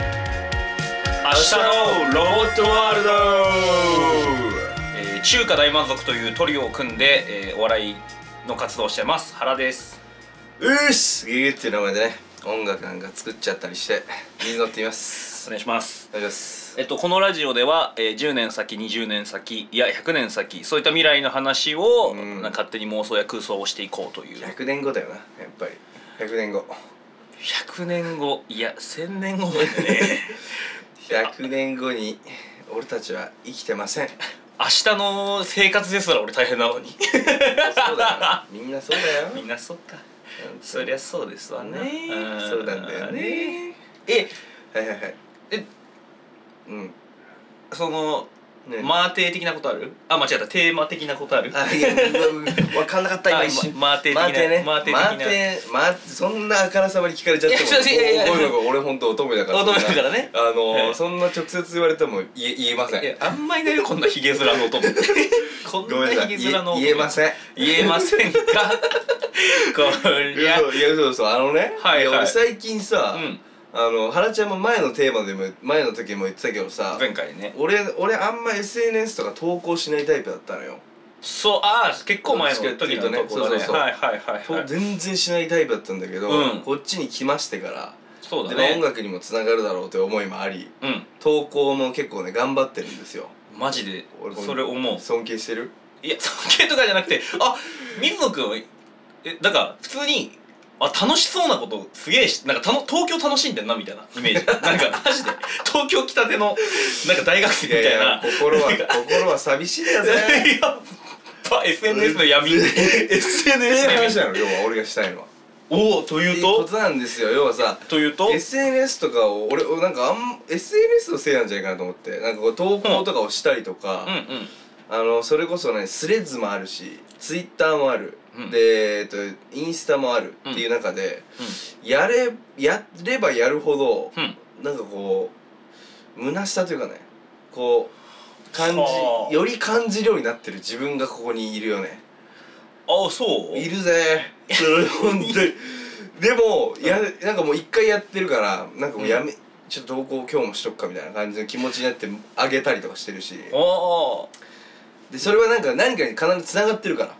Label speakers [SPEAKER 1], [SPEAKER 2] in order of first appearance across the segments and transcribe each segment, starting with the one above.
[SPEAKER 1] 明日のロボットワールド、えー中華大満足というトリオを組んで、えーお笑いの活動をしてます原です
[SPEAKER 2] うーすギュギュっていう名前でね音楽なんか作っちゃったりして水乗っています
[SPEAKER 1] お願いします
[SPEAKER 2] お願いします
[SPEAKER 1] えっと、このラジオでは、えー10年先20年先いや100年先そういった未来の話を、
[SPEAKER 2] うん
[SPEAKER 1] なんか勝手に妄想や空想をしていこうという
[SPEAKER 2] 100年後だよなやっぱり100年後
[SPEAKER 1] 100年後いや1000年後までね
[SPEAKER 2] 100年後に俺たちは生きてません
[SPEAKER 1] 明日の生活ですら俺大変なの に
[SPEAKER 2] そうだよなみんなそうだよ
[SPEAKER 1] みんなそっかそりゃそうですわね
[SPEAKER 2] うん
[SPEAKER 1] ん
[SPEAKER 2] そうなんだよね
[SPEAKER 1] え
[SPEAKER 2] はいはいはい
[SPEAKER 1] え
[SPEAKER 2] うん
[SPEAKER 1] その、
[SPEAKER 2] ね
[SPEAKER 1] マーテー的なことあるあ間違ったテーマ的なことある
[SPEAKER 2] あいや分かんなかった
[SPEAKER 1] あ
[SPEAKER 2] 今一瞬
[SPEAKER 1] まマーテー的な
[SPEAKER 2] マーテね
[SPEAKER 1] マーテー的な
[SPEAKER 2] マーテーマーテそんなあからさまに聞かれちゃっても
[SPEAKER 1] いやいやいやいや
[SPEAKER 2] ごめんごめん俺本当乙女だから
[SPEAKER 1] 乙女だからね
[SPEAKER 2] あ
[SPEAKER 1] は
[SPEAKER 2] の
[SPEAKER 1] い
[SPEAKER 2] そんな直接言われても言え言えません
[SPEAKER 1] いやあんまいないよこんなひげ面の 男こ
[SPEAKER 2] ごめん
[SPEAKER 1] ん
[SPEAKER 2] な
[SPEAKER 1] な
[SPEAKER 2] さ
[SPEAKER 1] ひ
[SPEAKER 2] い
[SPEAKER 1] げ面の男
[SPEAKER 2] 言え言えません
[SPEAKER 1] 言えませ んかこ
[SPEAKER 2] い
[SPEAKER 1] りゃ
[SPEAKER 2] やいやそうそうあのね、
[SPEAKER 1] はいはい
[SPEAKER 2] や俺最近さ、
[SPEAKER 1] うん
[SPEAKER 2] あの原ちゃんも前のテーマでも前の時も言ってたけどさ
[SPEAKER 1] 前回ね
[SPEAKER 2] 俺俺あんま SNS とか投稿しないタイプだったのよ、
[SPEAKER 1] そうああ結構前の時のところ
[SPEAKER 2] そうそ
[SPEAKER 1] だ
[SPEAKER 2] う
[SPEAKER 1] ね
[SPEAKER 2] そう
[SPEAKER 1] はいはいはいはい
[SPEAKER 2] 全然しないタイプだったんだけど、
[SPEAKER 1] うん
[SPEAKER 2] こっちに来ましてから
[SPEAKER 1] そう
[SPEAKER 2] で
[SPEAKER 1] だ
[SPEAKER 2] まあ音
[SPEAKER 1] ね
[SPEAKER 2] 楽にもつながるだろうという思いもあり
[SPEAKER 1] うん
[SPEAKER 2] 投稿も結構ね頑張ってるんですよ
[SPEAKER 1] マジで
[SPEAKER 2] 俺
[SPEAKER 1] それ思う
[SPEAKER 2] 尊敬してる
[SPEAKER 1] いや尊敬とかじゃなくてあ水野くんはえだから普通にあ楽しそうなことすげえしなんかたの東京楽しんでんなみたいなイメ ージなんかマジで東京来たてのなんか大学 生みたいな。
[SPEAKER 2] 心は 心は寂しいんだぜ
[SPEAKER 1] やっぱ SNS の 闇
[SPEAKER 2] ってい
[SPEAKER 1] SNS
[SPEAKER 2] う
[SPEAKER 1] の
[SPEAKER 2] 話
[SPEAKER 1] 闇
[SPEAKER 2] なの要は俺がしたいのは
[SPEAKER 1] おおと
[SPEAKER 2] って
[SPEAKER 1] いう
[SPEAKER 2] いうこととなんですよ要はさ
[SPEAKER 1] というと
[SPEAKER 2] SNS とかを俺俺なんかあん SNS のせいなんじゃないかなと思ってなんかこう投稿とかをしたりとか、
[SPEAKER 1] うんうん
[SPEAKER 2] あのそれこそねスレッズもあるしツイッターもある、
[SPEAKER 1] うん
[SPEAKER 2] で、えっと、インスタもあるっていう中で、やれやればやるほど、
[SPEAKER 1] うん
[SPEAKER 2] なんかこう虚しさというかねこう感
[SPEAKER 1] はあ
[SPEAKER 2] じより感じるようになってる自分がここにいるよね
[SPEAKER 1] ああそう
[SPEAKER 2] いるぜそれ本当にでもやなんかもう一回やってるからなんかもうやめ、ちょっと投稿今日もしとくかみたいな感じの気持ちになってあげたりとかしてるし
[SPEAKER 1] あ
[SPEAKER 2] でそれはなんか何かに必ずつながってるから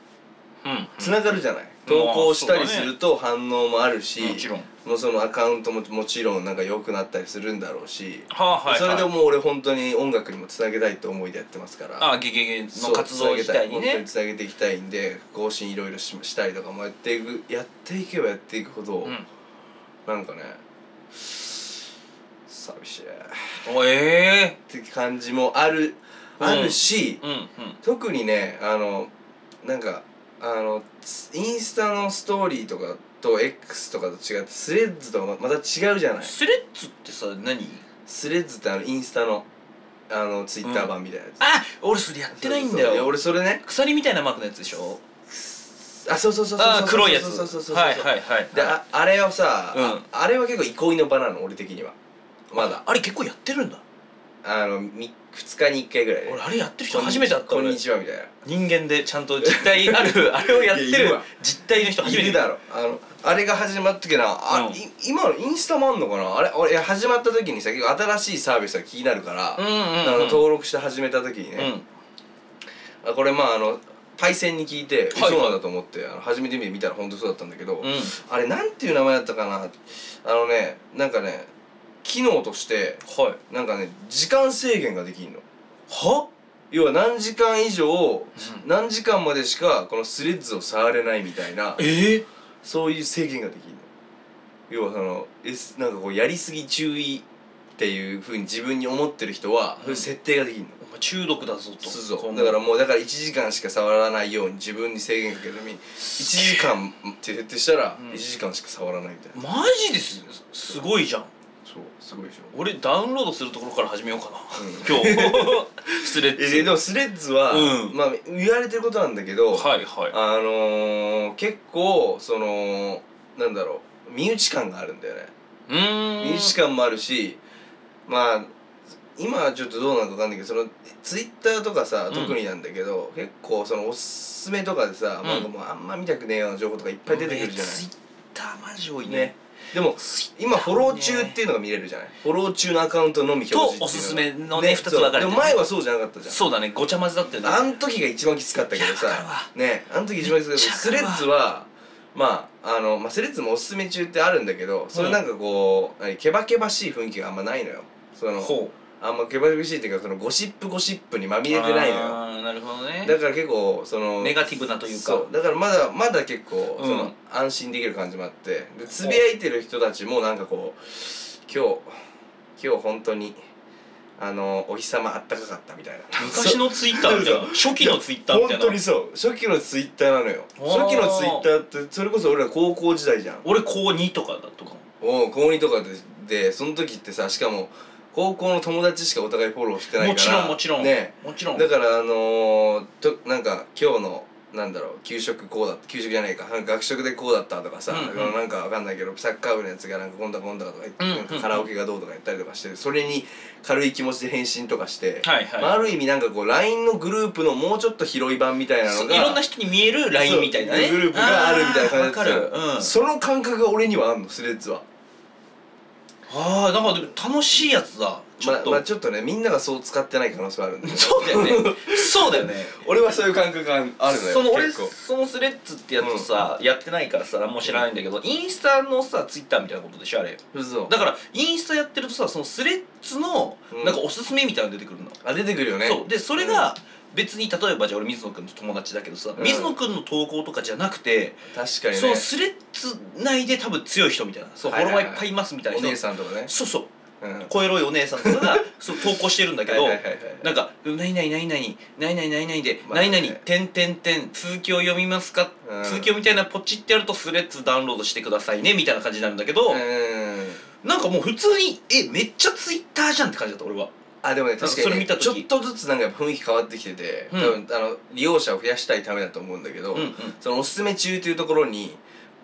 [SPEAKER 1] あうん
[SPEAKER 2] つながるじゃない、
[SPEAKER 1] うん
[SPEAKER 2] 投稿した
[SPEAKER 1] まあ
[SPEAKER 2] り
[SPEAKER 1] そう
[SPEAKER 2] す
[SPEAKER 1] だね
[SPEAKER 2] ると反応もあるし、
[SPEAKER 1] もちろん
[SPEAKER 2] もうそのアカウントももちろんなんか良くなったりするんだろうし、
[SPEAKER 1] はあはいはい
[SPEAKER 2] それでもう俺本当に音楽にもつなげたいって思いでやってますから
[SPEAKER 1] ああゲゲゲ
[SPEAKER 2] そ
[SPEAKER 1] の
[SPEAKER 2] う
[SPEAKER 1] 活動自体に
[SPEAKER 2] つなげたい本当に
[SPEAKER 1] ね
[SPEAKER 2] つなげていきたいんで更新いろいろししたりとかもやっていくやっていけばやっていくほど、
[SPEAKER 1] うん
[SPEAKER 2] なんかね寂しいっ
[SPEAKER 1] おえ
[SPEAKER 2] て感じもある、
[SPEAKER 1] うん
[SPEAKER 2] あるし
[SPEAKER 1] え、うんうん
[SPEAKER 2] 特にねあのなんかあのつインスタのストーリーとかと X とかと違ってスレッズとはまた違うじゃない
[SPEAKER 1] スレッズってさ何
[SPEAKER 2] スレッズってあのインスタのあのツイッター版みたいなやつ、
[SPEAKER 1] あ俺それやってないんだ
[SPEAKER 2] そうそうそういや
[SPEAKER 1] よ
[SPEAKER 2] 俺それね
[SPEAKER 1] 鎖みたいなマークのやつでしょ
[SPEAKER 2] あそうそうそうそう
[SPEAKER 1] ああ黒いやつ
[SPEAKER 2] そうそうそうそうそう
[SPEAKER 1] はいはいはい
[SPEAKER 2] でああれをさ、
[SPEAKER 1] うん
[SPEAKER 2] ああれは結構憩いの場なの俺的にはまだ
[SPEAKER 1] あれ結構やってるんだ
[SPEAKER 2] あのみ2日に1回ぐらいで
[SPEAKER 1] 俺あれやってる人初めて会った
[SPEAKER 2] こん
[SPEAKER 1] 俺
[SPEAKER 2] にちはみたいな
[SPEAKER 1] 人間でちゃんと実体あ るあれをやって
[SPEAKER 2] いやいる
[SPEAKER 1] る
[SPEAKER 2] わ
[SPEAKER 1] 実体の人初め
[SPEAKER 2] い
[SPEAKER 1] て
[SPEAKER 2] るだろあのあれが始まった時なあ、
[SPEAKER 1] うん
[SPEAKER 2] い今のインスタもあんのかなあれ俺始まった時にさ結構新しいサービスが気になるから、
[SPEAKER 1] うんうんうん
[SPEAKER 2] あの登録して始めた時にね、あこれまああのパイセンに聞いて、
[SPEAKER 1] はいはい
[SPEAKER 2] そうなんだと思ってあの初めて見てみたら本当そうだったんだけど、
[SPEAKER 1] うんうん
[SPEAKER 2] あれなんていう名前だったかなあのねなんかね機能として
[SPEAKER 1] はい
[SPEAKER 2] なんかね時間制限ができんの
[SPEAKER 1] は
[SPEAKER 2] 要は何時間以上、何時間までしかこのスレッズを触れないみたいな
[SPEAKER 1] ええ
[SPEAKER 2] そういう制限ができるの要はその、S、なんかこうやりすぎ注意っていうふうに自分に思ってる人は、
[SPEAKER 1] ん
[SPEAKER 2] そういう設定ができるの
[SPEAKER 1] お前中毒だぞと
[SPEAKER 2] そうそう
[SPEAKER 1] 今
[SPEAKER 2] だ
[SPEAKER 1] 後
[SPEAKER 2] からもうだから1時間しか触らないように自分に制限かけるために1時間って設定したら
[SPEAKER 1] うん
[SPEAKER 2] 1時間しか触らないみたいな、
[SPEAKER 1] マジですすごいじゃん
[SPEAKER 2] そうすごいでしょ
[SPEAKER 1] 俺ダウンロードするところから始めようかな、
[SPEAKER 2] うん
[SPEAKER 1] 今 日スレッ
[SPEAKER 2] え
[SPEAKER 1] ズ
[SPEAKER 2] でもスレッズは、
[SPEAKER 1] うん
[SPEAKER 2] まあ言われてることなんだけど、
[SPEAKER 1] はいはい
[SPEAKER 2] あのー、結構そのなんだろう身内感があるんだよね
[SPEAKER 1] うーん
[SPEAKER 2] 身内感もあるしまあ今はちょっとどうなのか分かんないけどそのツイッターとかさ
[SPEAKER 1] うん
[SPEAKER 2] 特になんだけど、結構そのおすすめとかでさ、
[SPEAKER 1] うん
[SPEAKER 2] なんかもうあんま見たくねえような情報とかいっぱい出てくるじゃない
[SPEAKER 1] ツイッターマジ多いね
[SPEAKER 2] ねでも今フォロー中っていうのが見れるじゃないフォロー中のアカウントのみ表示っていうの
[SPEAKER 1] とおすすめのね二つ分かれてる
[SPEAKER 2] そうでも前はそうじゃなかったじゃん
[SPEAKER 1] そうだねごちゃ混ぜだったよね
[SPEAKER 2] あん時が一番きつかったけどさ
[SPEAKER 1] いやわかるわ
[SPEAKER 2] ねあん時一番きつかったけどス
[SPEAKER 1] めっ
[SPEAKER 2] レ
[SPEAKER 1] ちゃわかるわ
[SPEAKER 2] ッズはまああの、まあ、スレッズもおすすめ中ってあるんだけどそれなんかこう、何ケバケバしい雰囲気があんまないのよその
[SPEAKER 1] ほう
[SPEAKER 2] あんまケバケバしいっていうかそのゴシップゴシップにまみれてないのよ
[SPEAKER 1] あーなるほどね
[SPEAKER 2] だから結構その
[SPEAKER 1] ネガティブなというか
[SPEAKER 2] そうだからまだまだ結構、
[SPEAKER 1] うん
[SPEAKER 2] その安心できる感じもあってでつぶやいてる人たちもなんかこう今日今日本当にあのお日様あったかかったみたいな
[SPEAKER 1] 昔のツイッターみたいな初期のツイッターみたい
[SPEAKER 2] 本当に
[SPEAKER 1] な
[SPEAKER 2] そう初期のツイッターなのよ
[SPEAKER 1] あー
[SPEAKER 2] 初期のツイッターってそれこそ俺ら高校時代じゃん
[SPEAKER 1] 俺高2とかだとか
[SPEAKER 2] おう高2とかででその時ってさしかも高校の友達しかお互いフォローしてない
[SPEAKER 1] も
[SPEAKER 2] か
[SPEAKER 1] ちろ
[SPEAKER 2] ら
[SPEAKER 1] んもちろん
[SPEAKER 2] ね
[SPEAKER 1] もちろん
[SPEAKER 2] だからあのー、となんか今日のなんだろう給食こうだった給食じゃないかなんか学食でこうだったとかさ、
[SPEAKER 1] うんうん
[SPEAKER 2] なんかわかんないけどサッカー部のやつがなんかこんだこんだとか言って、
[SPEAKER 1] うんうんうん
[SPEAKER 2] なんかカラオケがどうとか言ったりとかしてそれに軽い気持ちで返信とかして、
[SPEAKER 1] はいはい
[SPEAKER 2] まあ、ある意味なんかこう LINE のグループのもうちょっと広い版みたいな
[SPEAKER 1] そ
[SPEAKER 2] の
[SPEAKER 1] う
[SPEAKER 2] が
[SPEAKER 1] いろんな人に見える LINE みたいなね
[SPEAKER 2] そうグループがあるみたいな感じ
[SPEAKER 1] あーわかるうん
[SPEAKER 2] その感覚が俺にはあんのスレッズは
[SPEAKER 1] ああなんかでも楽しいやつだちょっと、
[SPEAKER 2] まあ、まあちょっとねみんながそう使ってない可能性はあるんだけ ど
[SPEAKER 1] そうだよねそうだよね
[SPEAKER 2] 俺はそういう感覚があるのよ
[SPEAKER 1] その俺
[SPEAKER 2] 結構
[SPEAKER 1] そのスレッズってやつさ、やってないからさ何も知らないんだけど、インスタのさツイッターみたいなことでしょあれ
[SPEAKER 2] 嘘
[SPEAKER 1] だからインスタやってるとさそのスレッズの
[SPEAKER 2] うん
[SPEAKER 1] なんかおすすめみたいなの出てくるの、
[SPEAKER 2] あ出てくるよね
[SPEAKER 1] そうでそれが別に例えばじゃあ俺水野くんと友達だけどさ、
[SPEAKER 2] うん
[SPEAKER 1] 水野くんの投稿とかじゃなくて、
[SPEAKER 2] 確かに
[SPEAKER 1] そ
[SPEAKER 2] ね
[SPEAKER 1] のスレッズ内で多分強い人みたいなそう、
[SPEAKER 2] はいはいはい
[SPEAKER 1] フォロワーいっぱいいますみたいな
[SPEAKER 2] お
[SPEAKER 1] 人
[SPEAKER 2] 姉さんとかね
[SPEAKER 1] そうそう
[SPEAKER 2] うんはい
[SPEAKER 1] 小エロいお姉さんとかがそう投稿してるんだけど
[SPEAKER 2] はいはいはい
[SPEAKER 1] なんか「何々何々何々何々で
[SPEAKER 2] まあ
[SPEAKER 1] 何
[SPEAKER 2] ね
[SPEAKER 1] 々点点点通知を読みますか
[SPEAKER 2] うん
[SPEAKER 1] 通知をみたいなポチってやるとスレッズダウンロードしてくださいね」みたいな感じになるんだけど
[SPEAKER 2] うん
[SPEAKER 1] なんかもう普通に「えめっちゃツイッターじゃん」って感じだった俺は。
[SPEAKER 2] あでもね確か
[SPEAKER 1] そ
[SPEAKER 2] に
[SPEAKER 1] れ見
[SPEAKER 2] ね
[SPEAKER 1] た
[SPEAKER 2] ちょ
[SPEAKER 1] 時
[SPEAKER 2] っとずつなんかやっぱ雰囲気変わってきてて
[SPEAKER 1] う
[SPEAKER 2] 多
[SPEAKER 1] ん
[SPEAKER 2] 分あの利用者を増やしたいためだと思うんだけど
[SPEAKER 1] うんうん
[SPEAKER 2] そのおすすめ中というところに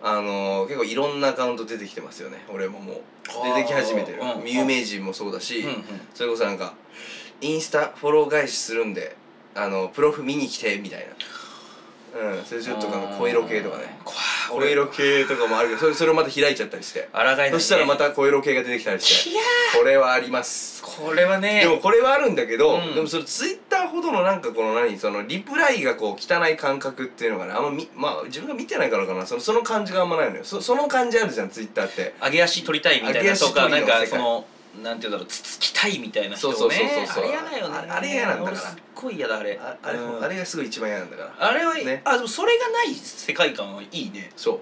[SPEAKER 2] あのー結構いろんなアカウント出てきてますよね俺ももう
[SPEAKER 1] あー
[SPEAKER 2] 出てき始めてる
[SPEAKER 1] うん
[SPEAKER 2] 有名人もそうだし
[SPEAKER 1] うんうん
[SPEAKER 2] それこそなんかインスタフォロー返しするんであのプロフ見に来てみたいなうんそれちょっとあの
[SPEAKER 1] うん
[SPEAKER 2] 小色系とかね
[SPEAKER 1] こわー
[SPEAKER 2] 小色系とかもあるけどそれそれをまた開いちゃったりして
[SPEAKER 1] 抗えないね
[SPEAKER 2] そしたらまた小色系が出てきたりして
[SPEAKER 1] いや
[SPEAKER 2] これはあります
[SPEAKER 1] ーこれはね
[SPEAKER 2] でもこれはあるんだけど、
[SPEAKER 1] うん
[SPEAKER 2] でもそのツイッターほどのなんかこの何そのリプライがこう汚い感覚っていうのがねあんまみまあ自分が見てないからかなそのその感じがあんまないのよそその感じあるじゃんツイッターって
[SPEAKER 1] 揚げ足取りたいみたい
[SPEAKER 2] 揚げ
[SPEAKER 1] な
[SPEAKER 2] 足
[SPEAKER 1] とかな
[SPEAKER 2] 取りの
[SPEAKER 1] ん
[SPEAKER 2] 世界
[SPEAKER 1] かそのなんていうんだろうつつきたいみたいな人ね
[SPEAKER 2] そうそうそうそうそう
[SPEAKER 1] あれ嫌だよね
[SPEAKER 2] ああれ嫌なんだから
[SPEAKER 1] 俺すっごい嫌だあれ
[SPEAKER 2] ああれ,、
[SPEAKER 1] うん
[SPEAKER 2] あれがすごい一番嫌なんだから
[SPEAKER 1] あれは、
[SPEAKER 2] ね
[SPEAKER 1] あでもそれがない世界観はいいね
[SPEAKER 2] そ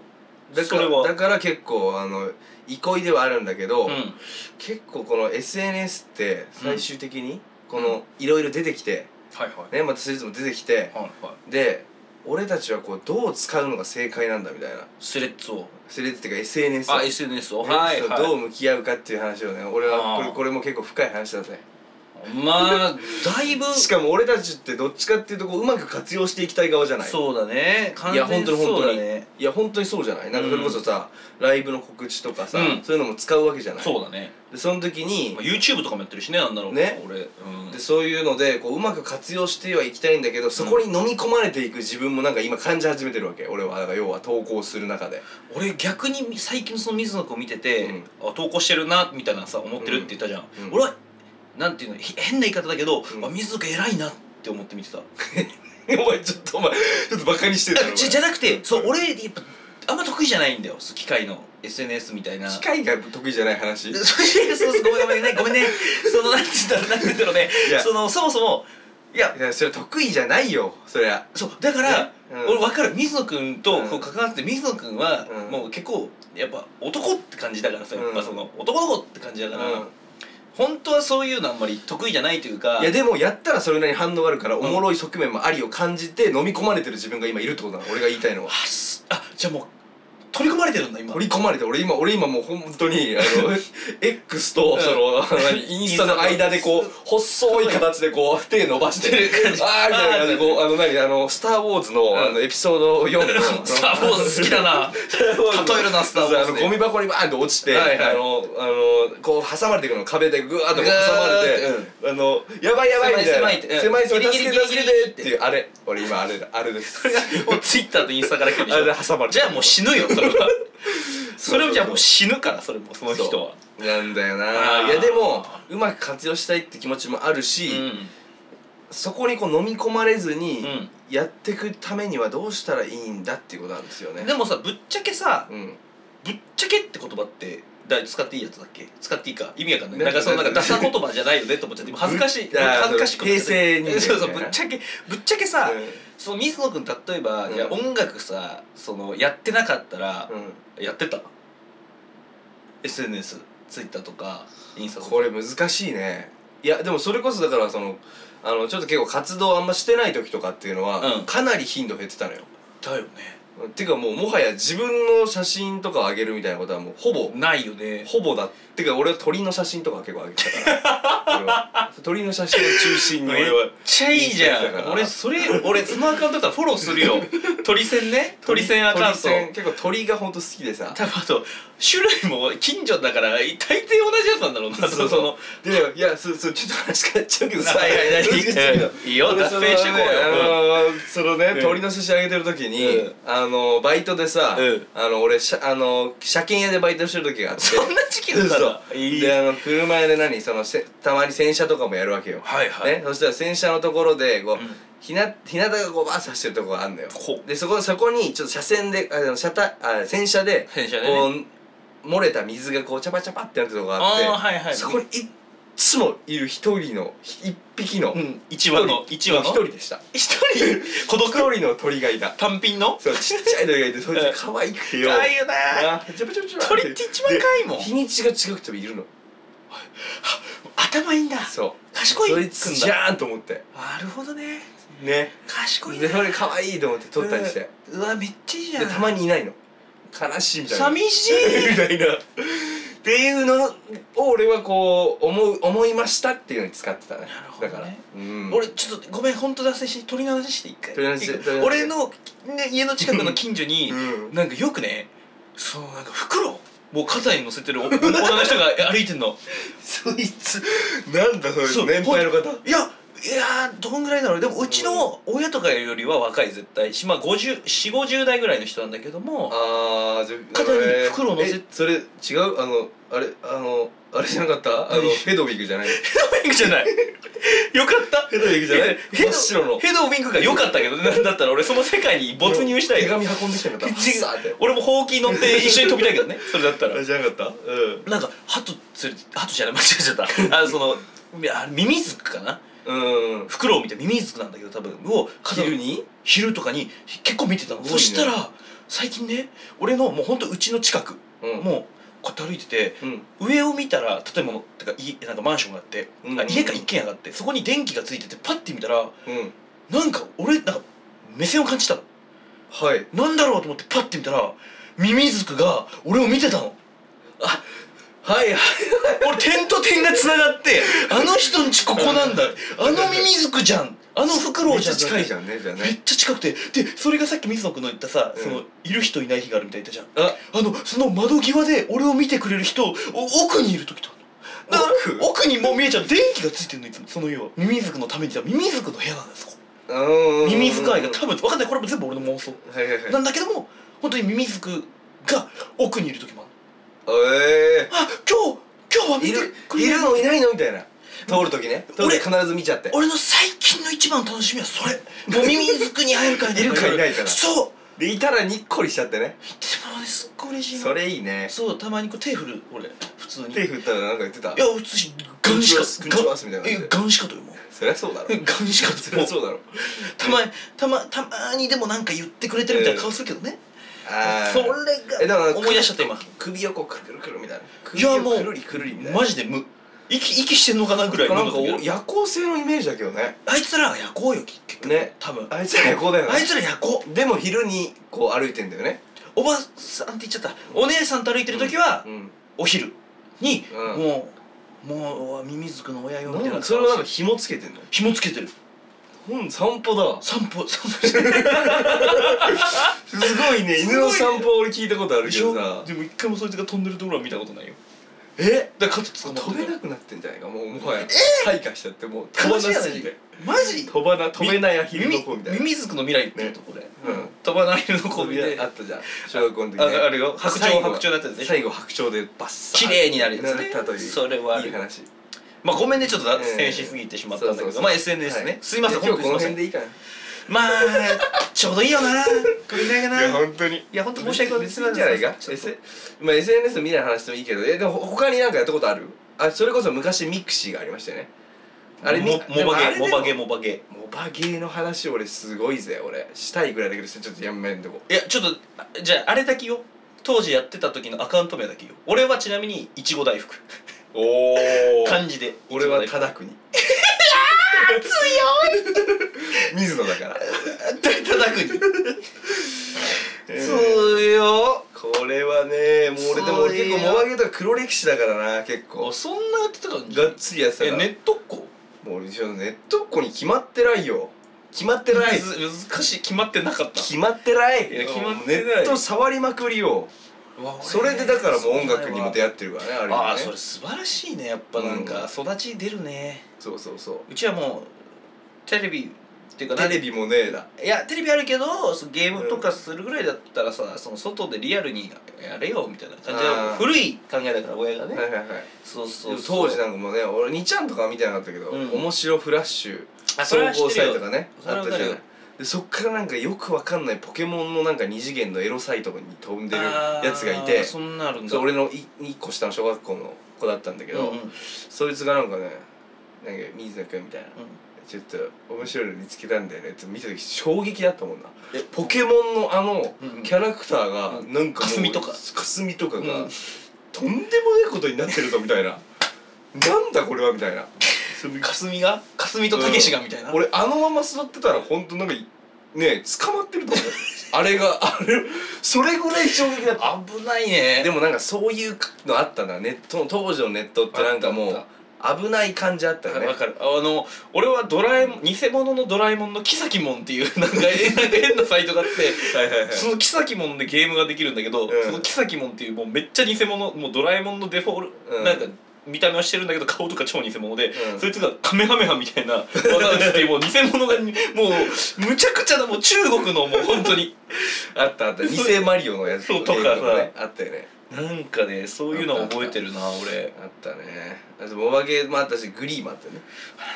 [SPEAKER 2] うだか
[SPEAKER 1] それは
[SPEAKER 2] らだから結構あの憩いではあるんだけど、
[SPEAKER 1] うん
[SPEAKER 2] 結構この SNS って最終的にこのいろいろ出てきて、
[SPEAKER 1] はいはい
[SPEAKER 2] ね、またスリーズも出てきて
[SPEAKER 1] はいはい
[SPEAKER 2] で俺たちはこうどう使うのが正解なんだみたいな
[SPEAKER 1] スレッズを
[SPEAKER 2] スレッズっていうか SNS を
[SPEAKER 1] あ SNS を
[SPEAKER 2] ね
[SPEAKER 1] はい
[SPEAKER 2] そう
[SPEAKER 1] はい
[SPEAKER 2] どう向き合うかっていう話をね俺はこ
[SPEAKER 1] あ
[SPEAKER 2] れ
[SPEAKER 1] ー
[SPEAKER 2] これも結構深い話だぜ
[SPEAKER 1] まあだいぶ
[SPEAKER 2] しかも俺たちってどっちかっていうとこううまく活用していきたい側じゃない
[SPEAKER 1] そうだね完
[SPEAKER 2] いや
[SPEAKER 1] 全
[SPEAKER 2] 本当に
[SPEAKER 1] そう
[SPEAKER 2] 本当
[SPEAKER 1] だ
[SPEAKER 2] に
[SPEAKER 1] ね
[SPEAKER 2] いや本当にそうじゃないなんかそれこそさ、ライブの告知とかさ、
[SPEAKER 1] うん
[SPEAKER 2] そういうのも使うわけじゃない
[SPEAKER 1] そうだね、
[SPEAKER 2] でその時に
[SPEAKER 1] まあ、YouTube とかもやってるしねなんだろう
[SPEAKER 2] ね
[SPEAKER 1] 俺うん
[SPEAKER 2] でそういうのでこううまく活用してはいきたいんだけどそこに飲み込まれていく自分もなんか今感じ始めてるわけ俺はだから要は投稿する中で
[SPEAKER 1] 俺逆に最近その水野君を見てて、あ投稿してるなみたいなさ思ってるって言ったじゃん、
[SPEAKER 2] うん
[SPEAKER 1] 俺はなんていうのひ変な言い方だけど、
[SPEAKER 2] うん
[SPEAKER 1] あ水野君偉いなって思って見てた
[SPEAKER 2] お前ちょっとお前ちょっとバカにし て
[SPEAKER 1] あじゃじ
[SPEAKER 2] る
[SPEAKER 1] ゃなくてそう俺やっぱあんま得意じゃないんだよそう機械の SNS みたいな
[SPEAKER 2] 機械が得意じゃない 話
[SPEAKER 1] でそういうそうそうごめんごめんねごめんねそのなんて言ったらなんて言ったらね
[SPEAKER 2] いや
[SPEAKER 1] そのそもそもいや
[SPEAKER 2] いやそれ得意じゃないよそりゃ
[SPEAKER 1] そうだから、
[SPEAKER 2] ねうん
[SPEAKER 1] 俺分かる水野君と
[SPEAKER 2] うん
[SPEAKER 1] こう関わってて水野君は
[SPEAKER 2] うん
[SPEAKER 1] もう結構やっぱ男って感じだからさ、やっぱその男の子って感じだから、
[SPEAKER 2] う
[SPEAKER 1] 本当はそういうのあんまり得意じゃないというか
[SPEAKER 2] んいやでもやったらそれなりに反応があるからおもろい側面もありを感じて飲み込まれてる自分が今いるってことなの俺が言いたいのは
[SPEAKER 1] あすあじゃあもう取り込まれてるんだ今
[SPEAKER 2] 取り込まれて俺今俺今もう本当にあ の X とその、何インスタの間で こう細い形でこう手伸ばし
[SPEAKER 1] っ
[SPEAKER 2] て
[SPEAKER 1] てる感じ
[SPEAKER 2] あーみたいな感じでこうあの何あの「スター・ウォーズの」あのエピソード4の あの
[SPEAKER 1] スター・ウォーズ好きだ な例えるなスターウォーズ
[SPEAKER 2] あのゴミ箱にバーンと落ちて、
[SPEAKER 1] はいはい
[SPEAKER 2] あのあのこう挟まれていくの壁でグワーッとこう挟まれて
[SPEAKER 1] ぐーっ、
[SPEAKER 2] あのやばいやばいみたいな
[SPEAKER 1] 狭い狭いってうん
[SPEAKER 2] 狭い狭い
[SPEAKER 1] ギリギ
[SPEAKER 2] 助け
[SPEAKER 1] リ
[SPEAKER 2] て助けてっ
[SPEAKER 1] ギ
[SPEAKER 2] て
[SPEAKER 1] リギ
[SPEAKER 2] いうあれ俺今あれだあれで す
[SPEAKER 1] それがもうツイッターとインスタから来るでし
[SPEAKER 2] あれで
[SPEAKER 1] ょ
[SPEAKER 2] 挟まれて
[SPEAKER 1] じゃあもう死ぬ よそれはそれ
[SPEAKER 2] を
[SPEAKER 1] をじゃあもう死ぬからそれもその人は
[SPEAKER 2] なんだよ
[SPEAKER 1] あ
[SPEAKER 2] な
[SPEAKER 1] ー
[SPEAKER 2] いやでもうまく活用したいって気持ちもある
[SPEAKER 1] う
[SPEAKER 2] し、
[SPEAKER 1] ん
[SPEAKER 2] そこにこう飲み込まれず
[SPEAKER 1] う
[SPEAKER 2] に
[SPEAKER 1] ん
[SPEAKER 2] やっていくためにはどうしたらいいんだっていうことなんですよね
[SPEAKER 1] でもさぶっちゃけさ
[SPEAKER 2] うん
[SPEAKER 1] ぶっちゃけって言葉ってだ使っていいやつだっけ使っていいか意味わかんない
[SPEAKER 2] ね
[SPEAKER 1] なんかそのなんかダサ言葉じゃないよねと思っちゃって今恥ずかしい
[SPEAKER 2] ぶっあー
[SPEAKER 1] 恥ずかしくなっちゃって
[SPEAKER 2] 平成にね
[SPEAKER 1] そうそうぶっちゃけぶっちゃけさ、
[SPEAKER 2] う
[SPEAKER 1] その水野君例えば、
[SPEAKER 2] うん
[SPEAKER 1] じゃあ音楽さそのやってなかったら
[SPEAKER 2] ん、うん
[SPEAKER 1] やってた SNS ツイッターとかインスタとか
[SPEAKER 2] これ難しいねいやでもそれこそだからそのあのちょっと結構活動あんましてない時とかっていうのは、
[SPEAKER 1] うん
[SPEAKER 2] かなり頻度減ってたのよ
[SPEAKER 1] だよね
[SPEAKER 2] ていうかもうもはや自分の写真とかあげるみたいなことはもうほぼ
[SPEAKER 1] ないよね
[SPEAKER 2] ほぼだっていうか俺は鳥の写真とか結構あげてたから 俺は鳥の写真を中心に
[SPEAKER 1] めっ
[SPEAKER 2] 俺は
[SPEAKER 1] ちゃいいじゃ
[SPEAKER 2] インスタやってたか
[SPEAKER 1] ん
[SPEAKER 2] ら
[SPEAKER 1] 俺それ俺そのアカウントだったらフォローするよ鳥線ね鳥線アカウント
[SPEAKER 2] 鳥線結構鳥がほんと好きでさ
[SPEAKER 1] 多分あと種類も近所だから大抵同じやつなんだろうな
[SPEAKER 2] そうそう
[SPEAKER 1] その
[SPEAKER 2] でねいやそうそうちょっと話変わっちゃうけど さ
[SPEAKER 1] はいはい 何
[SPEAKER 2] 話変わっちゃうけど
[SPEAKER 1] いいよ
[SPEAKER 2] 俺
[SPEAKER 1] 脱
[SPEAKER 2] その
[SPEAKER 1] 線してこうよ
[SPEAKER 2] ねあのーその
[SPEAKER 1] うん
[SPEAKER 2] ね鳥の寿司あげてる時
[SPEAKER 1] う
[SPEAKER 2] に
[SPEAKER 1] ん
[SPEAKER 2] あのーバイトでさ
[SPEAKER 1] うん
[SPEAKER 2] あの俺しゃあのー車検屋でバイトしてる時があって
[SPEAKER 1] そんな時期だった
[SPEAKER 2] そう
[SPEAKER 1] ら
[SPEAKER 2] そう
[SPEAKER 1] いい
[SPEAKER 2] であの車屋で何そのせたまに洗車とかもやるわけよ
[SPEAKER 1] はいはい、
[SPEAKER 2] ねそしたら洗車のところでこ
[SPEAKER 1] う
[SPEAKER 2] うんひな日向がこうバーッさしてるとこがあるんだよ
[SPEAKER 1] こう
[SPEAKER 2] でそこそこにちょっと車線であの車体あ洗車で
[SPEAKER 1] 洗車でね
[SPEAKER 2] こう漏れた水がこうチャパチャパってなってるとこがあって
[SPEAKER 1] ああはいはい
[SPEAKER 2] そこにいっつもいる一人のひ一匹の
[SPEAKER 1] うん一話の一話の
[SPEAKER 2] 一人でした
[SPEAKER 1] 一人孤
[SPEAKER 2] 一
[SPEAKER 1] 独
[SPEAKER 2] 人の鳥がいた
[SPEAKER 1] 単品の
[SPEAKER 2] そうちっちゃい 鳥がいてそいつ可愛くてよ
[SPEAKER 1] 可愛いよな
[SPEAKER 2] あちょぶちょぶちょぶ
[SPEAKER 1] 鳥って一番可愛いもん
[SPEAKER 2] で日にちが違くてもいるの
[SPEAKER 1] 頭いいんだ
[SPEAKER 2] そう
[SPEAKER 1] 賢い
[SPEAKER 2] そいつじゃーんと思って
[SPEAKER 1] なるほどね
[SPEAKER 2] ね
[SPEAKER 1] 賢い
[SPEAKER 2] で
[SPEAKER 1] な
[SPEAKER 2] それ可愛いと思って撮ったりしてで
[SPEAKER 1] うわめっちゃいいじゃん
[SPEAKER 2] たまにいないの悲しいみたいな
[SPEAKER 1] 寂し
[SPEAKER 2] み
[SPEAKER 1] い
[SPEAKER 2] たいなっていうのを俺はこう思う思いましたっていうのに使ってたね
[SPEAKER 1] なるほどね
[SPEAKER 2] だから、うん、
[SPEAKER 1] 俺ちょっとごめん本当脱線して鳥の話して一回
[SPEAKER 2] 鳥の話して鳥の話
[SPEAKER 1] 俺の、ね、家の近くの近所に
[SPEAKER 2] うん
[SPEAKER 1] なんかよくねそのなんか袋もう肩に乗せてるお女の人が歩いてんの
[SPEAKER 2] そいつなんだそれ
[SPEAKER 1] そう
[SPEAKER 2] 年配の方
[SPEAKER 1] いやいやーどんぐらいだろうでもうちの親とかよりは若い絶対しまあ4050代ぐらいの人なんだけど も
[SPEAKER 2] あーじゃ
[SPEAKER 1] 肩に袋を乗せ
[SPEAKER 2] えそれ違うあのあれあのあれじゃなかったあの
[SPEAKER 1] 何
[SPEAKER 2] ヘドウィグじゃない
[SPEAKER 1] ヘドウィングじゃない よかった
[SPEAKER 2] ヘドウィグじゃない
[SPEAKER 1] ヘド
[SPEAKER 2] 真っ白の
[SPEAKER 1] ヘドウィングが良かったけどねなんだったら俺その世界に没入したい
[SPEAKER 2] 手
[SPEAKER 1] よ
[SPEAKER 2] 紙運んできた方
[SPEAKER 1] 違う
[SPEAKER 2] さーって
[SPEAKER 1] 俺もほうき乗って一緒に飛びたいけどね それだったら
[SPEAKER 2] あれじゃなかったう
[SPEAKER 1] なんか鳩連れて鳩じゃない間違えちゃったあのそのいやミミズクかなん
[SPEAKER 2] うん
[SPEAKER 1] 袋を見てミミズクなんだけど多分を片
[SPEAKER 2] 昼に
[SPEAKER 1] 昼とかに結構見てたの、
[SPEAKER 2] すごい
[SPEAKER 1] そ
[SPEAKER 2] ね
[SPEAKER 1] したら最近ね俺のもうほんとうちの近く、
[SPEAKER 2] うん
[SPEAKER 1] もうこうやって歩いてて
[SPEAKER 2] うん
[SPEAKER 1] 上を見たら建物ってか家なんかマンションがあって、
[SPEAKER 2] うんうんうん
[SPEAKER 1] あ家か一軒家があってそこに電気がついててパッて見たら
[SPEAKER 2] うん
[SPEAKER 1] なんか俺なんか目線を感じたの
[SPEAKER 2] はい
[SPEAKER 1] なんだろうと思ってパッて見たらミミズクが俺を見てたの
[SPEAKER 2] はいはい
[SPEAKER 1] 俺点と点がつながってあの人んちここなんだあのミミズクじゃんあのフクロ
[SPEAKER 2] め
[SPEAKER 1] ウ
[SPEAKER 2] っ
[SPEAKER 1] じ
[SPEAKER 2] ち
[SPEAKER 1] ゃん
[SPEAKER 2] ゃ近いじ
[SPEAKER 1] ゃん
[SPEAKER 2] ゃんねじゃあ
[SPEAKER 1] めっ
[SPEAKER 2] ね
[SPEAKER 1] ちゃ近くてでそれがさっき水野君の言ったさ、
[SPEAKER 2] うん
[SPEAKER 1] そのいる人いない日があるみたいな言ったじゃん
[SPEAKER 2] あ
[SPEAKER 1] あのその窓際で俺を見てくれる人お奥にいる時とだから
[SPEAKER 2] 奥
[SPEAKER 1] 奥にもう見えちゃう電気がついてるのいつもその家はミミズクのためにだミミズクの部屋なんですここ
[SPEAKER 2] うん
[SPEAKER 1] ミミズク愛が多分分かんないこれも全部俺の妄想
[SPEAKER 2] はいはい
[SPEAKER 1] な
[SPEAKER 2] はい
[SPEAKER 1] んだけども本当にミミズクが奥にいる時もある
[SPEAKER 2] え
[SPEAKER 1] あ今日今日は
[SPEAKER 2] え
[SPEAKER 1] 見
[SPEAKER 2] い
[SPEAKER 1] て
[SPEAKER 2] る
[SPEAKER 1] くれ
[SPEAKER 2] い
[SPEAKER 1] ない
[SPEAKER 2] るのいないのみたいな通る時ね通る時必ず見ちゃって
[SPEAKER 1] 俺の最近の一番の楽しみは それもうミミズクに会えるかいない
[SPEAKER 2] るかいないかな
[SPEAKER 1] そう
[SPEAKER 2] でいたらにっこりしちゃってね
[SPEAKER 1] でもねすっごい嬉しいの
[SPEAKER 2] それいいね
[SPEAKER 1] そうたまにこう手振る俺普通に
[SPEAKER 2] 手
[SPEAKER 1] い
[SPEAKER 2] 振ったらなんか言ってた
[SPEAKER 1] や普通にガンシ
[SPEAKER 2] こ
[SPEAKER 1] カ
[SPEAKER 2] んにちはこんにちはみたいな
[SPEAKER 1] えガンシカとよもう
[SPEAKER 2] そりゃそうだろ
[SPEAKER 1] ガンシカと
[SPEAKER 2] そり
[SPEAKER 1] も
[SPEAKER 2] ゃそうだろ
[SPEAKER 1] たまたまたまにでもなんか言ってくれてるみたいな顔するけどね、
[SPEAKER 2] あー
[SPEAKER 1] それ
[SPEAKER 2] えだか
[SPEAKER 1] が
[SPEAKER 2] ら
[SPEAKER 1] 思い出しちゃった今
[SPEAKER 2] 首をこうくるくるくるみたいな首
[SPEAKER 1] いや
[SPEAKER 2] を
[SPEAKER 1] もう
[SPEAKER 2] くるりくるりみたいな
[SPEAKER 1] マジで無息息してんのかなぐらい
[SPEAKER 2] なんかお
[SPEAKER 1] 無の時
[SPEAKER 2] 夜行性のイメージだけどね
[SPEAKER 1] あいつらは夜行よ結局
[SPEAKER 2] ね
[SPEAKER 1] 多分
[SPEAKER 2] あいつら夜行だよね
[SPEAKER 1] あいつら夜行
[SPEAKER 2] でも昼にこう歩いてんだよね
[SPEAKER 1] おばさんって言っちゃったお姉さんと歩いてる時は
[SPEAKER 2] うん
[SPEAKER 1] お昼に、
[SPEAKER 2] うん
[SPEAKER 1] もうもうミミズクの親よみたい
[SPEAKER 2] なん
[SPEAKER 1] な
[SPEAKER 2] それはなんか
[SPEAKER 1] か
[SPEAKER 2] 紐つけてんの
[SPEAKER 1] 紐つけてる
[SPEAKER 2] 本散歩だわ
[SPEAKER 1] 散 歩散歩してる
[SPEAKER 2] すごいね
[SPEAKER 1] すごいね
[SPEAKER 2] 犬の散歩は俺聞いたことある
[SPEAKER 1] で
[SPEAKER 2] け
[SPEAKER 1] し
[SPEAKER 2] ど
[SPEAKER 1] ょ
[SPEAKER 2] さ
[SPEAKER 1] でも一回もそいつが飛んでるところは見たことないよ
[SPEAKER 2] え
[SPEAKER 1] だから肩捕ま
[SPEAKER 2] 飛
[SPEAKER 1] って
[SPEAKER 2] べ
[SPEAKER 1] る
[SPEAKER 2] なくなってんじゃないかもうもはや退化しちゃってもう飛
[SPEAKER 1] 悲
[SPEAKER 2] ばな
[SPEAKER 1] しいや
[SPEAKER 2] す
[SPEAKER 1] つ
[SPEAKER 2] ぎて
[SPEAKER 1] マジ
[SPEAKER 2] 飛ばな飛べないアヒルの子みたいな
[SPEAKER 1] ミミズクの未来っていうとこれ、
[SPEAKER 2] うん
[SPEAKER 1] 飛ばないアヒルの子
[SPEAKER 2] こ
[SPEAKER 1] み
[SPEAKER 2] び
[SPEAKER 1] たい
[SPEAKER 2] であ
[SPEAKER 1] な
[SPEAKER 2] ったじゃん小学校の時
[SPEAKER 1] あ
[SPEAKER 2] ね
[SPEAKER 1] あるよ白鳥
[SPEAKER 2] 最後
[SPEAKER 1] 白鳥だったやつね
[SPEAKER 2] 最後白鳥でバッサ
[SPEAKER 1] 綺麗になるやつね
[SPEAKER 2] なったという
[SPEAKER 1] それはある
[SPEAKER 2] いい話
[SPEAKER 1] まあごめんねちょっと脱
[SPEAKER 2] え
[SPEAKER 1] 線
[SPEAKER 2] え
[SPEAKER 1] しすぎてしまったんだけ
[SPEAKER 2] そうそうそ
[SPEAKER 1] ど
[SPEAKER 2] う
[SPEAKER 1] まあ SNS
[SPEAKER 2] は
[SPEAKER 1] ねすいません
[SPEAKER 2] や
[SPEAKER 1] 本
[SPEAKER 2] 今日
[SPEAKER 1] 当
[SPEAKER 2] この
[SPEAKER 1] にすいませ
[SPEAKER 2] 辺
[SPEAKER 1] ん
[SPEAKER 2] でいいかな
[SPEAKER 1] まあちょうどいいよなこれぐらいかない
[SPEAKER 2] 本当に
[SPEAKER 1] や本当申し訳ございません
[SPEAKER 2] 別にいいんじゃないか
[SPEAKER 1] ちょっと
[SPEAKER 2] S まあ SNS みたいな話でもいいけどえでもほ他になんかやったことあるあそれこそ昔ミクシーがありましたよねあれみ
[SPEAKER 1] も
[SPEAKER 2] で
[SPEAKER 1] モバ
[SPEAKER 2] あ
[SPEAKER 1] ゲ
[SPEAKER 2] れ
[SPEAKER 1] ー
[SPEAKER 2] でも
[SPEAKER 1] モバゲーモバゲ
[SPEAKER 2] モバゲーの話俺すごいぜ俺したいぐらいだけどちょっとやめんとこ
[SPEAKER 1] ーいやちょっとあじゃああれだけよ当時やってた時のアカウント名だけよ俺はちなみにいちご大福
[SPEAKER 2] おお
[SPEAKER 1] 漢字で
[SPEAKER 2] 俺はい
[SPEAKER 1] ちご
[SPEAKER 2] 忠
[SPEAKER 1] 大
[SPEAKER 2] 国強い 水野だから
[SPEAKER 1] 福叩くに
[SPEAKER 2] そうよこれはねもう俺でも俺結
[SPEAKER 1] そうよ
[SPEAKER 2] 構モバゲーとか黒歴史だからな結構
[SPEAKER 1] あそんなやってたの
[SPEAKER 2] がっつりやってた
[SPEAKER 1] え
[SPEAKER 2] から
[SPEAKER 1] ネットっ子
[SPEAKER 2] もう俺一応ネットっ子に決まってないよ決まってない
[SPEAKER 1] むず難しい決まってなかった
[SPEAKER 2] 決まってない
[SPEAKER 1] いや決まってない
[SPEAKER 2] もうネット触りまくりよそれでだからもう音楽にも出会ってるからねある意
[SPEAKER 1] ああ
[SPEAKER 2] 味
[SPEAKER 1] そ
[SPEAKER 2] ね
[SPEAKER 1] れ素晴らしいねやっぱなんか育ち出るね、
[SPEAKER 2] そうそうそう
[SPEAKER 1] ちはもうテレビっていう
[SPEAKER 2] う
[SPEAKER 1] か
[SPEAKER 2] テレビもねえだ
[SPEAKER 1] いやテレビあるけどそのゲームとかするぐらいだったらさ、その外でリアルにやれよみたいな感じで
[SPEAKER 2] あー
[SPEAKER 1] 古い考えだから親がね、
[SPEAKER 2] はいはいはい
[SPEAKER 1] そうそう
[SPEAKER 2] でも
[SPEAKER 1] そう
[SPEAKER 2] 当時なんかもうね俺2ちゃんとかは見てなかったけど
[SPEAKER 1] うん
[SPEAKER 2] 面白フラッシュ
[SPEAKER 1] あそ
[SPEAKER 2] 総
[SPEAKER 1] れは知
[SPEAKER 2] 合
[SPEAKER 1] って
[SPEAKER 2] サ
[SPEAKER 1] る
[SPEAKER 2] イ
[SPEAKER 1] よ
[SPEAKER 2] トがね
[SPEAKER 1] それ
[SPEAKER 2] あ
[SPEAKER 1] は
[SPEAKER 2] っ
[SPEAKER 1] 分
[SPEAKER 2] た
[SPEAKER 1] か
[SPEAKER 2] じ
[SPEAKER 1] る
[SPEAKER 2] ゃ
[SPEAKER 1] よ
[SPEAKER 2] ないでそっからなんかよくわかんないポケモンのなんか二次元のエロサイトに飛んでるやつがい
[SPEAKER 1] あー
[SPEAKER 2] て
[SPEAKER 1] そんなあるんだ
[SPEAKER 2] そう俺のい一個下の小学校の子だったんだけど、
[SPEAKER 1] うんうん
[SPEAKER 2] そいつがなんかねなんか水野くんみたいな、
[SPEAKER 1] うん
[SPEAKER 2] ちょっと面白いの見つけたんだよねって見た時衝撃だったもんな
[SPEAKER 1] え
[SPEAKER 2] ポケモンのあの
[SPEAKER 1] うんうん
[SPEAKER 2] キャラクターが
[SPEAKER 1] うん
[SPEAKER 2] なんかもう
[SPEAKER 1] 霞とか
[SPEAKER 2] 霞とかが、
[SPEAKER 1] うん
[SPEAKER 2] とんでもないことになってるぞみたいななんだこれはみたいな
[SPEAKER 1] 霞が霞とたけしがみたいな、
[SPEAKER 2] 俺あのまま座ってたら本当なんかいね捕まってると思 うあれがあれそれぐらい衝撃だった
[SPEAKER 1] 危ないね
[SPEAKER 2] でもなんかそういうのあったなネット当時のネットってなんかも
[SPEAKER 1] あっ
[SPEAKER 2] う危ない感じあったよね
[SPEAKER 1] わかるあの俺はドラえもん偽物のドラえもんのキサキモンっていうなんかえなんか変なサイトがあって
[SPEAKER 2] はいはいはい
[SPEAKER 1] そのキサキモンでゲームができるんだけど、
[SPEAKER 2] ん
[SPEAKER 1] そのキサキモンっていうもうめっちゃ偽物もうドラえもんのデフォル、
[SPEAKER 2] うん
[SPEAKER 1] なんか見た目はしてるんだけど顔とか超偽物で、
[SPEAKER 2] うん
[SPEAKER 1] そいつがカメハメハみたいな技をしてもう偽物がにもうむちゃくちゃなもう中国のもう本当に
[SPEAKER 2] あったあった
[SPEAKER 1] そう
[SPEAKER 2] 偽マリオのやつ
[SPEAKER 1] そうとかさ
[SPEAKER 2] ゲームねあったよね
[SPEAKER 1] なんかねそういうのを覚えてるな俺
[SPEAKER 2] あったねあとモバゲーもあったしグリーもあったよね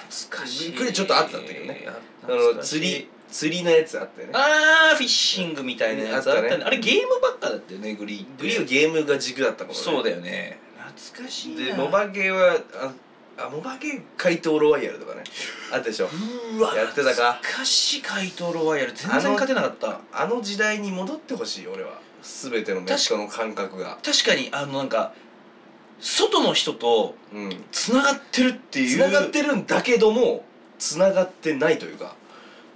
[SPEAKER 1] 懐かしい
[SPEAKER 2] これちょっとあったんだけどねあ
[SPEAKER 1] 懐
[SPEAKER 2] の
[SPEAKER 1] かしい
[SPEAKER 2] 釣り釣りのやつあったよね
[SPEAKER 1] あーフィッシングみたいなやつあったね
[SPEAKER 2] あったね
[SPEAKER 1] あれゲームばっかだったよねグリーンって
[SPEAKER 2] グリーはゲームが軸だったもんね
[SPEAKER 1] そうだよね懐かしいな
[SPEAKER 2] でモバゲーはああモバゲー怪盗ロワイヤルとかねあったでしょ
[SPEAKER 1] うわ
[SPEAKER 2] やってたか
[SPEAKER 1] 懐かしい怪盗ロワイヤル全然勝てなかった
[SPEAKER 2] あの時代に戻ってほしい俺は全てのネットの感覚が
[SPEAKER 1] 確かにあのなんか外の人と
[SPEAKER 2] うん
[SPEAKER 1] つながってるっていう
[SPEAKER 2] つながってるんだけどもつながってないというか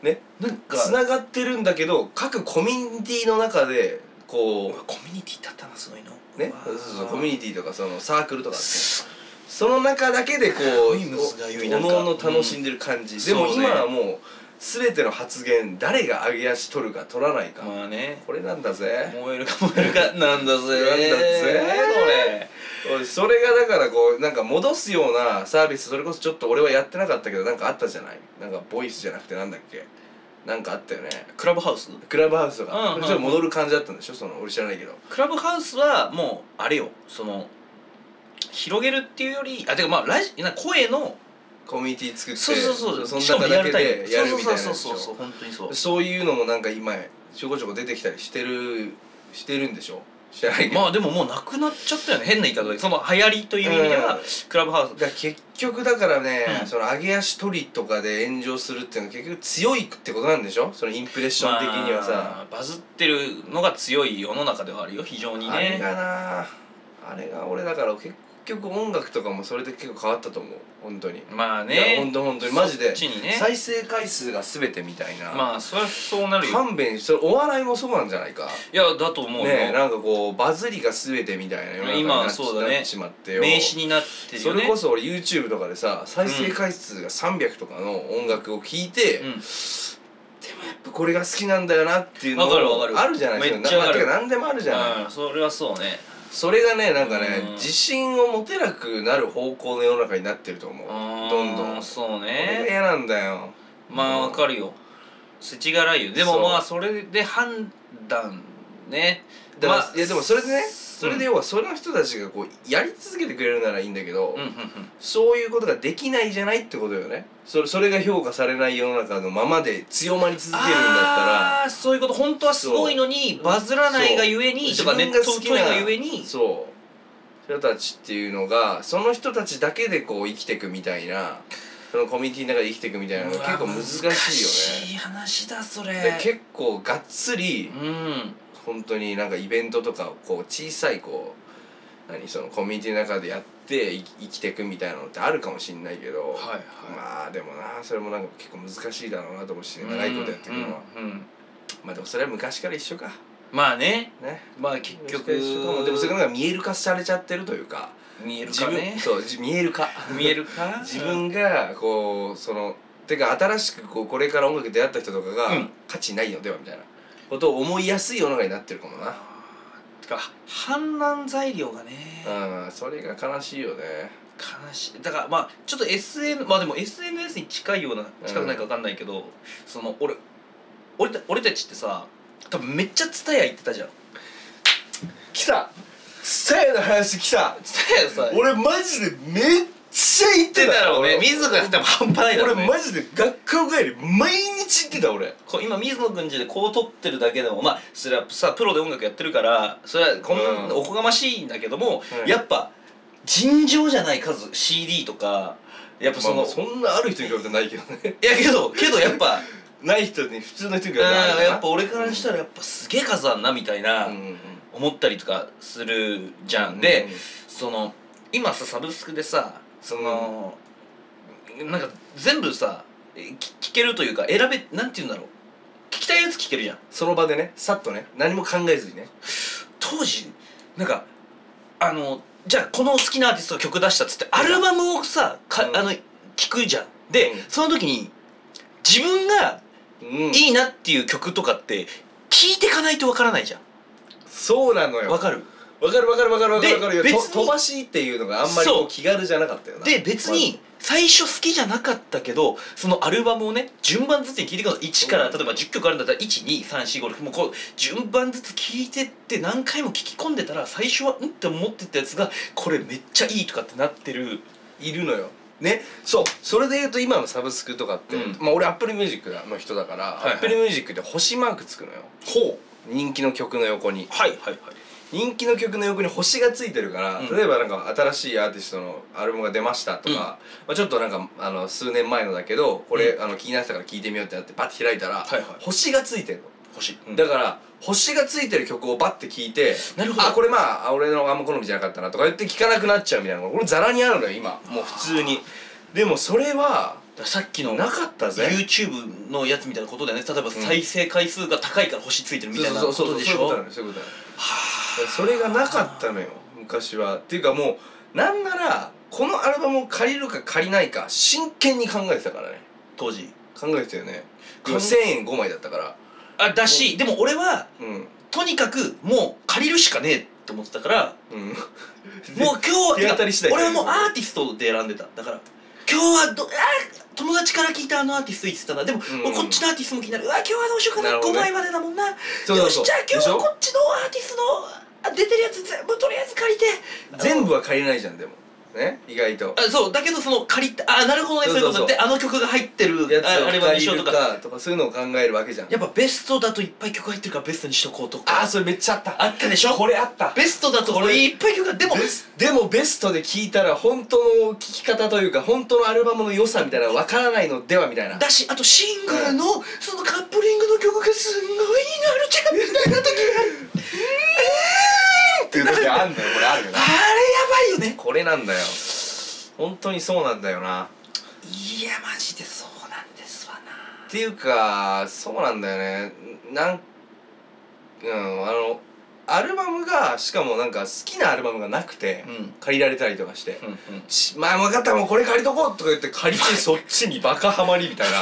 [SPEAKER 2] ね
[SPEAKER 1] なんか
[SPEAKER 2] つながってるんだけど各コミュニティの中でこ
[SPEAKER 1] う
[SPEAKER 2] う
[SPEAKER 1] わコミュニティだったなそういうの
[SPEAKER 2] ね
[SPEAKER 1] う、わ
[SPEAKER 2] そうそうコミュニティとかそのサークルとか、ね、
[SPEAKER 1] す
[SPEAKER 2] その中だけでこう
[SPEAKER 1] ごいむずがゆいな
[SPEAKER 2] お
[SPEAKER 1] んか
[SPEAKER 2] のおの楽しんでる感じ、
[SPEAKER 1] うん
[SPEAKER 2] でも
[SPEAKER 1] そうね
[SPEAKER 2] 今はもう全ての発言誰が上げ足取るか取らないか、
[SPEAKER 1] まあね
[SPEAKER 2] これなんだぜ
[SPEAKER 1] 燃えるか燃えるかなんだぜ
[SPEAKER 2] なんだぜ
[SPEAKER 1] これ
[SPEAKER 2] 俺それがだからこうなんか戻すようなサービスそれこそちょっと俺はやってなかったけどなんかあったじゃないなんかボイスじゃなくてなんだっけなんかあったよね
[SPEAKER 1] クラブハウス
[SPEAKER 2] クラブハウスとか、
[SPEAKER 1] うんうん
[SPEAKER 2] ちょっと戻る感じだったんでしょその俺知らないけど
[SPEAKER 1] クラブハウスはもうあれよその広げるっていうよりあてかまあラジなんか声の
[SPEAKER 2] コミュニティ作って
[SPEAKER 1] そうそうそう
[SPEAKER 2] その
[SPEAKER 1] しかも
[SPEAKER 2] 中
[SPEAKER 1] リア
[SPEAKER 2] だ
[SPEAKER 1] ル
[SPEAKER 2] け
[SPEAKER 1] タイ
[SPEAKER 2] で
[SPEAKER 1] ム
[SPEAKER 2] やるみたいなやつ
[SPEAKER 1] そうそ
[SPEAKER 2] でし
[SPEAKER 1] うそうそう
[SPEAKER 2] ょ
[SPEAKER 1] 本当にそう
[SPEAKER 2] そういうのもなんか今ちょこちょこ出てきたりしてるしてるんでしょ知らないけど、
[SPEAKER 1] まあでももうなくなっちゃったよね変な言い方でその流行りという意味では
[SPEAKER 2] うん
[SPEAKER 1] クラブハウス
[SPEAKER 2] だから結局だからね、
[SPEAKER 1] うん
[SPEAKER 2] その上げ足取りとかで炎上するっていうのは結局強いってことなんでしょそのインプレッション的にはさ、
[SPEAKER 1] まあバズってるのが強い世の中ではあるよ非常に
[SPEAKER 2] あ、れ
[SPEAKER 1] ね
[SPEAKER 2] がなあれが俺だから結局音楽とかもそれで結構変わったと思う本当に、
[SPEAKER 1] まあ
[SPEAKER 2] いや本
[SPEAKER 1] ね
[SPEAKER 2] 当本当にマジ
[SPEAKER 1] そ
[SPEAKER 2] で
[SPEAKER 1] っちにね
[SPEAKER 2] 再生回数が全てみたいな、
[SPEAKER 1] まあそりゃそうなるよ
[SPEAKER 2] 勘弁それお笑いもそうなんじゃないか
[SPEAKER 1] いやだと思うよ、
[SPEAKER 2] ねえなんかこうバズりが全てみたいな世の中になっ
[SPEAKER 1] 今そうだね
[SPEAKER 2] なっちまってよ
[SPEAKER 1] 名刺になってる
[SPEAKER 2] そ
[SPEAKER 1] よね
[SPEAKER 2] れこそ俺 YouTube とかでさ再生回数が300とかの音楽を聴いて、
[SPEAKER 1] うん
[SPEAKER 2] やっぱこれが好きなんだよなっていうの
[SPEAKER 1] わかるわかる
[SPEAKER 2] あるじゃないですか
[SPEAKER 1] めっちゃわかる
[SPEAKER 2] まあてか何でもあるじゃない、
[SPEAKER 1] うんそれはそうね
[SPEAKER 2] それがねなんかね、
[SPEAKER 1] うん
[SPEAKER 2] 自信を持てなくなる方向の世の中になってると思うどんど
[SPEAKER 1] あー
[SPEAKER 2] んこ
[SPEAKER 1] そう
[SPEAKER 2] れが
[SPEAKER 1] ね
[SPEAKER 2] 嫌なんだよ
[SPEAKER 1] まあわかるよ世知辛いよでも
[SPEAKER 2] そう
[SPEAKER 1] まあそれで判断ね
[SPEAKER 2] だから、
[SPEAKER 1] まあ
[SPEAKER 2] いやでもそれでねそれで要はその人たちがこうやり続けてくれるならいいんだけど、
[SPEAKER 1] うんうんうん
[SPEAKER 2] そういうことができないじゃないってことよねそれそれが評価されない世の中のままで強まり続けるんだったら
[SPEAKER 1] あーそういうこと本当はすごいのに
[SPEAKER 2] そう
[SPEAKER 1] バズらないがゆえに
[SPEAKER 2] そ
[SPEAKER 1] と
[SPEAKER 2] う
[SPEAKER 1] かネットを取るがゆえ
[SPEAKER 2] うん
[SPEAKER 1] に
[SPEAKER 2] そう人たちっていうのがその人たちだけでこう生きてくみたいなそのコミュニティの中で生きてくみたいなのが結構難しいよね
[SPEAKER 1] 難しい話だそれ
[SPEAKER 2] で結構がっつり
[SPEAKER 1] うん
[SPEAKER 2] 本当になんかイベントとかをこう小さいこう何そのコミュニティの中でやってい生きてくみたいなのってあるかもしんないけど、
[SPEAKER 1] はいはい
[SPEAKER 2] まあでもなそれもなんか結構難しいだろうなと思うしね長いことやってくのは、
[SPEAKER 1] うんうん
[SPEAKER 2] まあでもそれは昔から一緒か
[SPEAKER 1] まあね
[SPEAKER 2] ね
[SPEAKER 1] まあ結局
[SPEAKER 2] 昔から一緒かもでもそれがなんか見える化されちゃってるというか
[SPEAKER 1] 見えるかね
[SPEAKER 2] 自分そうじ見える化
[SPEAKER 1] 見えるか
[SPEAKER 2] 自分がこうそのてか新しくこうこれから音楽に出会った人とかが、
[SPEAKER 1] うん
[SPEAKER 2] 価値ないのではみたいなことを思いやすい世の中になってるかもな
[SPEAKER 1] てか判断材料がね、
[SPEAKER 2] うんそれが悲しいよね
[SPEAKER 1] 悲しいだからまあちょっと SN まあでも SNS に近いような近くないか分かんないけど、その俺俺た俺たちってさ多分めっちゃ蔦屋行ってたじゃん
[SPEAKER 2] 来た蔦屋の話来た
[SPEAKER 1] 蔦屋さ行っ
[SPEAKER 2] 俺マジでめっちゃ行ってて
[SPEAKER 1] た
[SPEAKER 2] た
[SPEAKER 1] ろうね
[SPEAKER 2] 俺
[SPEAKER 1] 水野君って多分半端ないだろうね
[SPEAKER 2] 俺マジで学校帰り毎日行ってた俺
[SPEAKER 1] こう今水野君家でこう撮ってるだけでもまあそれはさプロで音楽やってるからそれはこん
[SPEAKER 2] う
[SPEAKER 1] なんおこがましいんだけども、
[SPEAKER 2] はい
[SPEAKER 1] やっぱ尋常じゃない数 CD とかやっぱその、
[SPEAKER 2] まあそんなある人に比べてないけどね
[SPEAKER 1] いやけどけどやっ ぱ
[SPEAKER 2] ない人に普通の人に比べてある
[SPEAKER 1] うんやっぱ俺からしたらやっぱすげえ数あんなみたいな、
[SPEAKER 2] うんうん
[SPEAKER 1] 思ったりとかするじゃ
[SPEAKER 2] うんん
[SPEAKER 1] で、その今さサブスクでさその、なんか全部さえき聞けるというか選べなんて言うんだろう聞きたいやつ聞けるじゃん
[SPEAKER 2] その場でねさっとね何も考えずにね
[SPEAKER 1] 当時なんかあのじゃあこの好きなアーティストが曲出したっつってアルバムをさか、
[SPEAKER 2] うん
[SPEAKER 1] あの聞くじゃんで、
[SPEAKER 2] うん
[SPEAKER 1] その時に自分が
[SPEAKER 2] うん
[SPEAKER 1] いいなっていう曲とかって聞いてかないとわからないじゃん
[SPEAKER 2] そうなのよ
[SPEAKER 1] わかる
[SPEAKER 2] わかるわかるわかるわかるわかるよ
[SPEAKER 1] で
[SPEAKER 2] と
[SPEAKER 1] 別に
[SPEAKER 2] 飛ばしっていうのがあんまり
[SPEAKER 1] そう
[SPEAKER 2] こう気軽じゃなかったよな
[SPEAKER 1] で別に最初好きじゃなかったけどそのアルバムをね順番ずつに聴いていくの1から
[SPEAKER 2] うん
[SPEAKER 1] 例えば10曲あるんだったら12345もうこう順番ずつ聴いてって何回も聴き込んでたら最初はうんって思ってたやつがこれめっちゃいいとかってなってる
[SPEAKER 2] いるのよねそうそれで言うと今のサブスクとかって、
[SPEAKER 1] うん
[SPEAKER 2] まあ俺アップルミュージックの人だから、
[SPEAKER 1] はいはい
[SPEAKER 2] アップルミュージックで星マークつくのよ
[SPEAKER 1] ほう
[SPEAKER 2] 人気の曲の横に
[SPEAKER 1] はいはいはい
[SPEAKER 2] 人気の曲の横に星がついてるから、
[SPEAKER 1] うん
[SPEAKER 2] 例えばなんか新しいアーティストのアルバムが出ましたとか、
[SPEAKER 1] うん
[SPEAKER 2] まあ、ちょっとなんかあの数年前のだけどこれ、
[SPEAKER 1] う
[SPEAKER 2] あの気になってたから聞いてみようってなってバッて開いたら、
[SPEAKER 1] はいはい
[SPEAKER 2] 星がついてるの。
[SPEAKER 1] 欲しい、
[SPEAKER 2] だから星がついてる曲をバッて聞いて
[SPEAKER 1] なるほど
[SPEAKER 2] あこれまあ俺のあんま好みじゃなかったなとか言って聞かなくなっちゃうみたいなのが俺ざらにあるのよ今もう普通にでもそれは
[SPEAKER 1] らさっきの
[SPEAKER 2] なかったぜ
[SPEAKER 1] YouTube のやつみたいなことだよね例えば再生回数が高いから星ついてるみたいな
[SPEAKER 2] そ
[SPEAKER 1] こ
[SPEAKER 2] うそうそ
[SPEAKER 1] と
[SPEAKER 2] う
[SPEAKER 1] で
[SPEAKER 2] そ
[SPEAKER 1] し
[SPEAKER 2] ういうこ
[SPEAKER 1] ょ
[SPEAKER 2] となのよそういうことなのよそれがなかったのよ昔はっていうかもうなんならこのアルバムを借りるか借りないか真剣に考えてたからね
[SPEAKER 1] 当時
[SPEAKER 2] 考えてたよね
[SPEAKER 1] 考え
[SPEAKER 2] 1000円5枚だったから
[SPEAKER 1] あだしでも俺は
[SPEAKER 2] うん
[SPEAKER 1] とにかくもう借りるしかねえって思ってたから
[SPEAKER 2] うん
[SPEAKER 1] もう今日
[SPEAKER 2] 手
[SPEAKER 1] は
[SPEAKER 2] 当たり次第
[SPEAKER 1] 俺はもうアーティストで選んでただから今日はどあー友達から聞いたあのアーティスト言ってたなでも、
[SPEAKER 2] ん
[SPEAKER 1] もうこっちのアーティストも気になるうわ今日はどうしようか
[SPEAKER 2] な
[SPEAKER 1] な
[SPEAKER 2] るほど
[SPEAKER 1] 5
[SPEAKER 2] ね
[SPEAKER 1] 枚までだもんな
[SPEAKER 2] そうそうそう
[SPEAKER 1] よしじゃあ今
[SPEAKER 2] でし
[SPEAKER 1] 日は
[SPEAKER 2] ょ
[SPEAKER 1] こっちのアーティストのあ出てるやつ全部とりあえず借りて
[SPEAKER 2] 全部は借りないじゃんでもね意外と
[SPEAKER 1] あそうだけどその借りたあなるほどねそういうこと
[SPEAKER 2] そうそうそう
[SPEAKER 1] であの曲が入ってる
[SPEAKER 2] やつ
[SPEAKER 1] ああれは
[SPEAKER 2] を
[SPEAKER 1] にし
[SPEAKER 2] 借
[SPEAKER 1] ようと
[SPEAKER 2] りる
[SPEAKER 1] か
[SPEAKER 2] かとかそういうのを考えるわけじゃん
[SPEAKER 1] やっぱベストだといっぱい曲入ってるからベストにしとこうと
[SPEAKER 2] あ
[SPEAKER 1] か
[SPEAKER 2] あそれめっちゃあった
[SPEAKER 1] あったでしょ
[SPEAKER 2] これあった
[SPEAKER 1] ベストだとこ
[SPEAKER 2] こ
[SPEAKER 1] れ
[SPEAKER 2] れ
[SPEAKER 1] いっぱい曲がでも
[SPEAKER 2] でもベストで聴いたら本当の聴き方というか本当のアルバムの良さみたいなの分からないのではみたいな
[SPEAKER 1] だしあとシングルの、そのカップリングの曲がすんごいいいのあるちゃんみたいな時が
[SPEAKER 2] っていう時あんのよこれあるよ
[SPEAKER 1] あれやばいよね
[SPEAKER 2] これなんだよ本当にそうなんだよない
[SPEAKER 1] やマジでそうなんですわな
[SPEAKER 2] っていうかそうなんだよねなんうんあのアルバムがしかもなんか好きなアルバムがなくて、
[SPEAKER 1] うん
[SPEAKER 2] 借りられたりとかして
[SPEAKER 1] うんうん
[SPEAKER 2] 「しまあ分かったもうこれ借りとこう」とか言って借りてそっちにバカハマり みたいな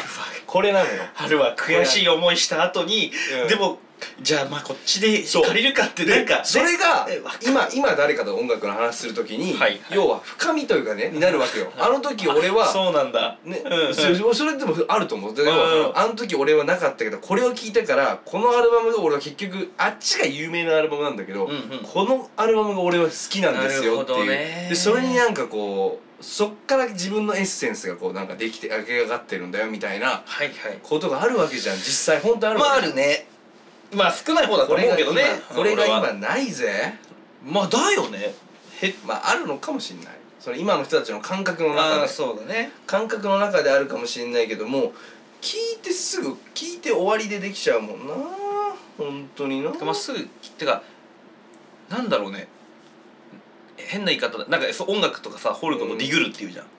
[SPEAKER 2] これなのよ、
[SPEAKER 1] 春は悔しい思いした後に、
[SPEAKER 2] うん
[SPEAKER 1] でもじゃあまあこっちで
[SPEAKER 2] そう
[SPEAKER 1] 借りるかって
[SPEAKER 2] で
[SPEAKER 1] なんか
[SPEAKER 2] それが
[SPEAKER 1] えわかる
[SPEAKER 2] 今今誰かと音楽の話するときに、
[SPEAKER 1] はいはい
[SPEAKER 2] 要は深みというかねになるわけよあの時俺は
[SPEAKER 1] そうなんだ、
[SPEAKER 2] ね
[SPEAKER 1] うんうん
[SPEAKER 2] それそれでもあると思う、で
[SPEAKER 1] うんうん
[SPEAKER 2] あの時俺はなかったけどこれを聞いたからこのアルバムが俺は結局あっちが有名なアルバムなんだけど、
[SPEAKER 1] うんうん
[SPEAKER 2] このアルバムが俺は好きなんですよって
[SPEAKER 1] なるほ
[SPEAKER 2] いう、
[SPEAKER 1] どね
[SPEAKER 2] でそれになんかこうそっから自分のエッセンスがこうなんかできて上げ上がってるんだよみたいな
[SPEAKER 1] はいはい
[SPEAKER 2] ことがあるわけじゃん実際本当ある
[SPEAKER 1] まあ
[SPEAKER 2] わ
[SPEAKER 1] あ
[SPEAKER 2] け
[SPEAKER 1] るねまあ少ない方だと
[SPEAKER 2] これ
[SPEAKER 1] 思う
[SPEAKER 2] が
[SPEAKER 1] けど
[SPEAKER 2] 今
[SPEAKER 1] ね
[SPEAKER 2] これが
[SPEAKER 1] 俺
[SPEAKER 2] 今
[SPEAKER 1] は
[SPEAKER 2] ないぜ
[SPEAKER 1] まあだよねへ
[SPEAKER 2] まああるのかもしんないその今の人たちの感覚の中
[SPEAKER 1] あ
[SPEAKER 2] で
[SPEAKER 1] あそうだね
[SPEAKER 2] 感覚の中であるかもしれないけども聞いてすぐ聞いて終わりでできちゃうもんな本当にな
[SPEAKER 1] てかまっすぐってかなんだろうね変な言い方だなんかそう音楽とかさ掘ることディグルって言うじゃん、
[SPEAKER 2] うん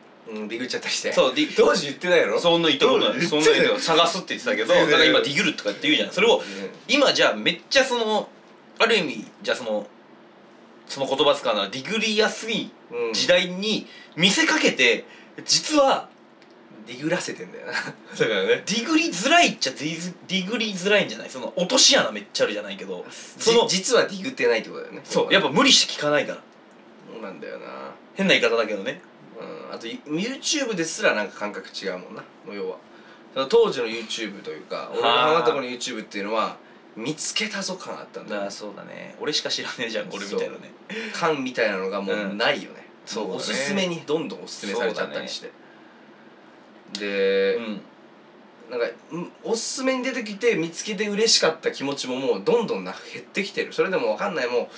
[SPEAKER 2] ビグっちゃったりしてう
[SPEAKER 1] そうディ
[SPEAKER 2] 当時言ってないやろ
[SPEAKER 1] そんな言ったことない
[SPEAKER 2] 言って
[SPEAKER 1] そん
[SPEAKER 2] たよ
[SPEAKER 1] な言ったことない探すって言ってたけど
[SPEAKER 2] 言
[SPEAKER 1] なん
[SPEAKER 2] ってた
[SPEAKER 1] か
[SPEAKER 2] よ
[SPEAKER 1] 今ディグルとかって言うじゃんそれを今じゃあめっちゃそのある意味じゃあそのその言葉使うならディグりやすい
[SPEAKER 2] うん
[SPEAKER 1] 時代に見せかけて実は
[SPEAKER 2] ディグらせてんだ よなだからね
[SPEAKER 1] ディグりづらいっちゃディズディグりづらいんじゃないその落とし穴めっちゃあるじゃないけどその
[SPEAKER 2] じ実はディグってないってことだよね
[SPEAKER 1] そうやっぱ無理して聞かないから
[SPEAKER 2] そうなんだよな
[SPEAKER 1] 変な言い方だけどね
[SPEAKER 2] うんあと YouTube ですらなんか感覚違うもんなもう要はその当時の YouTube というか俺のハマった頃の YouTube っていうのは見つけたぞ感あったんだよ
[SPEAKER 1] あそうだね俺しか知らねえじゃんこれみたいなね
[SPEAKER 2] 感みたいなのがもうないよね、
[SPEAKER 1] そうだね
[SPEAKER 2] おすすめにどんどんおすすめされちゃったりして、で
[SPEAKER 1] う、ん
[SPEAKER 2] なんかうんおすすめに出てきて見つけて嬉しかった気持ちももうどんどんな減ってきてるそれでも分かんないも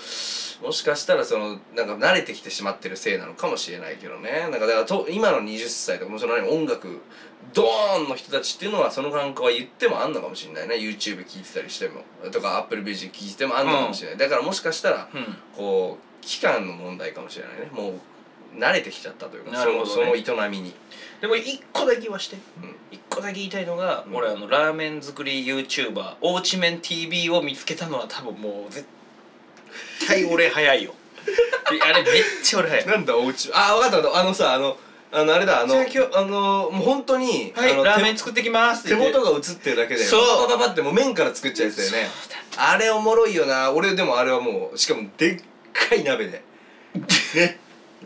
[SPEAKER 2] うもしかしたらそのなんか慣れてきてしまってるせいなのかもしれないけどねなんかだからと今の20歳とかもうその何音楽ドーンの人たちっていうのはその感覚は言ってもあんのかもしれないね YouTube 聞いてたりしてもとか Apple Music 聞いててもあんのかもしれない、だからもしかしたら
[SPEAKER 1] うん
[SPEAKER 2] こう期間の問題かもしれないねもう慣れてきちゃったというか、
[SPEAKER 1] な
[SPEAKER 2] そ
[SPEAKER 1] るほ
[SPEAKER 2] の
[SPEAKER 1] どね
[SPEAKER 2] その営みに、
[SPEAKER 1] でも一個だけ言わして
[SPEAKER 2] うん
[SPEAKER 1] 一個だけ言いたいのが、
[SPEAKER 2] うん
[SPEAKER 1] 俺あのラーメン作り YouTuber おうち麺 TV を見つけたのは多分もう絶対俺早 いよであれめっちゃ俺早い
[SPEAKER 2] なんだおうちあ分かった分かったあのさあのあのあれだあの
[SPEAKER 1] じゃあ今
[SPEAKER 2] あのもう本当に、
[SPEAKER 1] は
[SPEAKER 2] あの
[SPEAKER 1] いラーメ
[SPEAKER 2] 手
[SPEAKER 1] ン作ってきます
[SPEAKER 2] 手
[SPEAKER 1] って言って
[SPEAKER 2] 元が映ってるだけで
[SPEAKER 1] そう
[SPEAKER 2] パパパパってもう麺から作っちゃうやつだよねあれおもろいよな俺でもあれはもうしかもでっかい鍋でね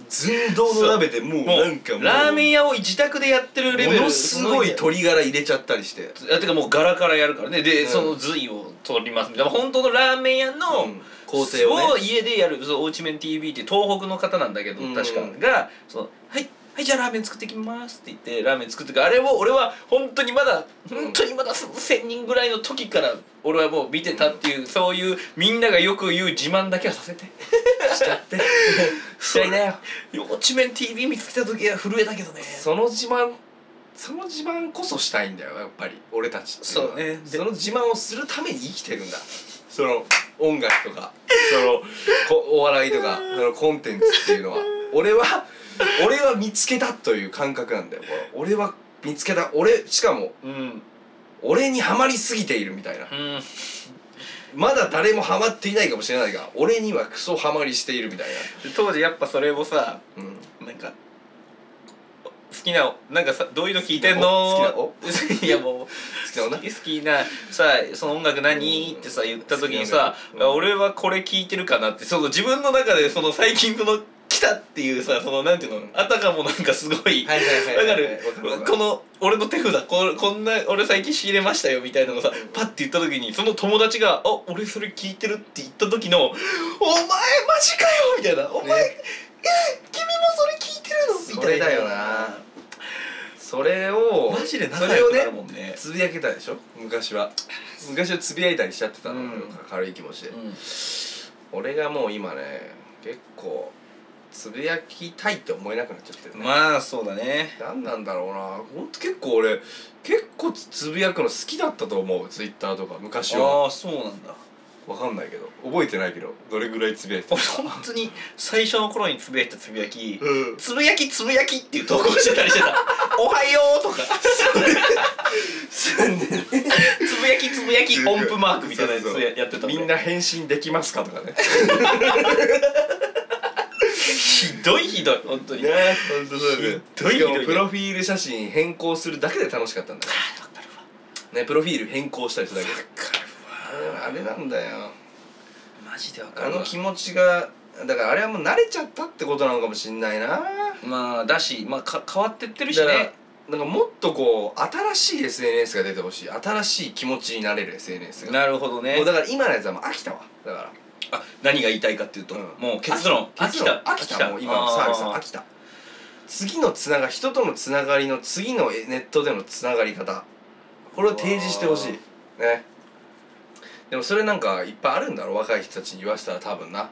[SPEAKER 2] 寸胴の鍋でもう
[SPEAKER 1] もう
[SPEAKER 2] なんかもう
[SPEAKER 1] ラーメン屋を自宅でやってるレベル
[SPEAKER 2] ものすごい鶏ガラ入れちゃったりして
[SPEAKER 1] あてかもう柄からやるからねで、
[SPEAKER 2] うん
[SPEAKER 1] その髄を取りますみたいな本当のラーメン屋の、
[SPEAKER 2] うん工程をね
[SPEAKER 1] そう家でやるそうおうち麺 TV って東北の方なんだけど
[SPEAKER 2] うん
[SPEAKER 1] 確か、がそのはいはいじゃあラーメン作ってきますって言ってラーメン作ってくあれを俺は本当にまだ
[SPEAKER 2] うん
[SPEAKER 1] 本当にまだ1,000人ぐらいの時から俺はもう見てたっていう、そういうみんながよく言う自慢だけはさせ て
[SPEAKER 2] しちゃってしちゃいなよ
[SPEAKER 1] おうち麺 TV 見つけた時は震えたけどね
[SPEAKER 2] その自慢その自慢こそしたいんだよやっぱり俺たちっていのは
[SPEAKER 1] そうねで
[SPEAKER 2] その自慢をするために生きてるんだその音楽とかそのこ お笑いとかそのコンテンツっていうのは俺は俺は見つけたという感覚なんだよこれ俺は見つけた俺しかも
[SPEAKER 1] うん
[SPEAKER 2] 俺にはまりすぎているみたいな
[SPEAKER 1] うん
[SPEAKER 2] まだ誰もハマっていないかもしれないが俺にはクソハマりしているみたい
[SPEAKER 1] で当時やっぱそれをさ
[SPEAKER 2] な、うん、
[SPEAKER 1] なんか好きななんかさどういうの聞いてんの
[SPEAKER 2] 好
[SPEAKER 1] いやもう好
[SPEAKER 2] 好きな女
[SPEAKER 1] 好きなさその音楽何ってさ言った時にさ
[SPEAKER 2] 好、きな音
[SPEAKER 1] 俺はこれ聞いてるかなってその自分の中でその最近その来たっていうさそのなんていうの、
[SPEAKER 2] うん
[SPEAKER 1] あたかもなんかすごい。
[SPEAKER 2] はいはい
[SPEAKER 1] わ
[SPEAKER 2] はい
[SPEAKER 1] か
[SPEAKER 2] はい
[SPEAKER 1] る
[SPEAKER 2] わわか
[SPEAKER 1] この俺の手札ここんな俺最近仕入れましたよみたいなのさパッて言った時にその友達が「あ俺それ聞いてる」って言った時の「お前マジかよ」みたいな「お前、
[SPEAKER 2] ね
[SPEAKER 1] え君もそれ聞いてるの?」みたいな
[SPEAKER 2] それだよなそれを
[SPEAKER 1] マジで
[SPEAKER 2] そ
[SPEAKER 1] 仲
[SPEAKER 2] れ
[SPEAKER 1] 良
[SPEAKER 2] を
[SPEAKER 1] くなる
[SPEAKER 2] ね
[SPEAKER 1] もんね
[SPEAKER 2] つぶやけたでしょ昔 は昔はつぶやいたりしちゃってたの、
[SPEAKER 1] うん
[SPEAKER 2] 軽い気持ちで、
[SPEAKER 1] うん
[SPEAKER 2] 俺がもう今ね結構つぶやきたいって思えなくなっちゃってるね、
[SPEAKER 1] まあそうだね
[SPEAKER 2] 何なんだろうなほんと結構俺結構つぶやくの好きだったと思うツイッターとか昔は
[SPEAKER 1] ああそうなんだ
[SPEAKER 2] わかんないけど覚えてないけどどれぐらいつぶやいてた
[SPEAKER 1] 俺本当に最初の頃につぶやいたつぶやき
[SPEAKER 2] うん
[SPEAKER 1] つぶやきつぶやきっていう投稿してたりしてた「 おはよう」とか つぶやきつぶやき音符マークみたいなやつややってた
[SPEAKER 2] みんな返信できますかとかね
[SPEAKER 1] ひどいひどい本当に
[SPEAKER 2] ね
[SPEAKER 1] わ
[SPEAKER 2] 本当そうだね
[SPEAKER 1] ひどい
[SPEAKER 2] しかもプロフィール写真変更するだけで楽しかったんだか
[SPEAKER 1] かるわ
[SPEAKER 2] らねプロフィール変更したりするだけで
[SPEAKER 1] かる
[SPEAKER 2] あれなんだよ
[SPEAKER 1] わマジでわか
[SPEAKER 2] あ
[SPEAKER 1] る
[SPEAKER 2] の
[SPEAKER 1] わ
[SPEAKER 2] 気持ちがだからあれはもう慣れちゃったってことなのかもしんないなだか
[SPEAKER 1] まあだし、まあ、か変わってってるし
[SPEAKER 2] ら
[SPEAKER 1] ね
[SPEAKER 2] なんかもっとこう新しい SNS が出てほしい新しい気持ちになれる SNS が
[SPEAKER 1] なるほどね
[SPEAKER 2] もうだから今のやつはもう飽きたわだから
[SPEAKER 1] あ何が言いたいかっていうと、
[SPEAKER 2] うん
[SPEAKER 1] もう結論飽きた
[SPEAKER 2] 飽きたもう今のサービスは飽きた次のつなが人とのつながりの次のネットでのつながり方これを提示してほしいねでもそれなんかいっぱいあるんだろ若い人たちに言わせたら多分な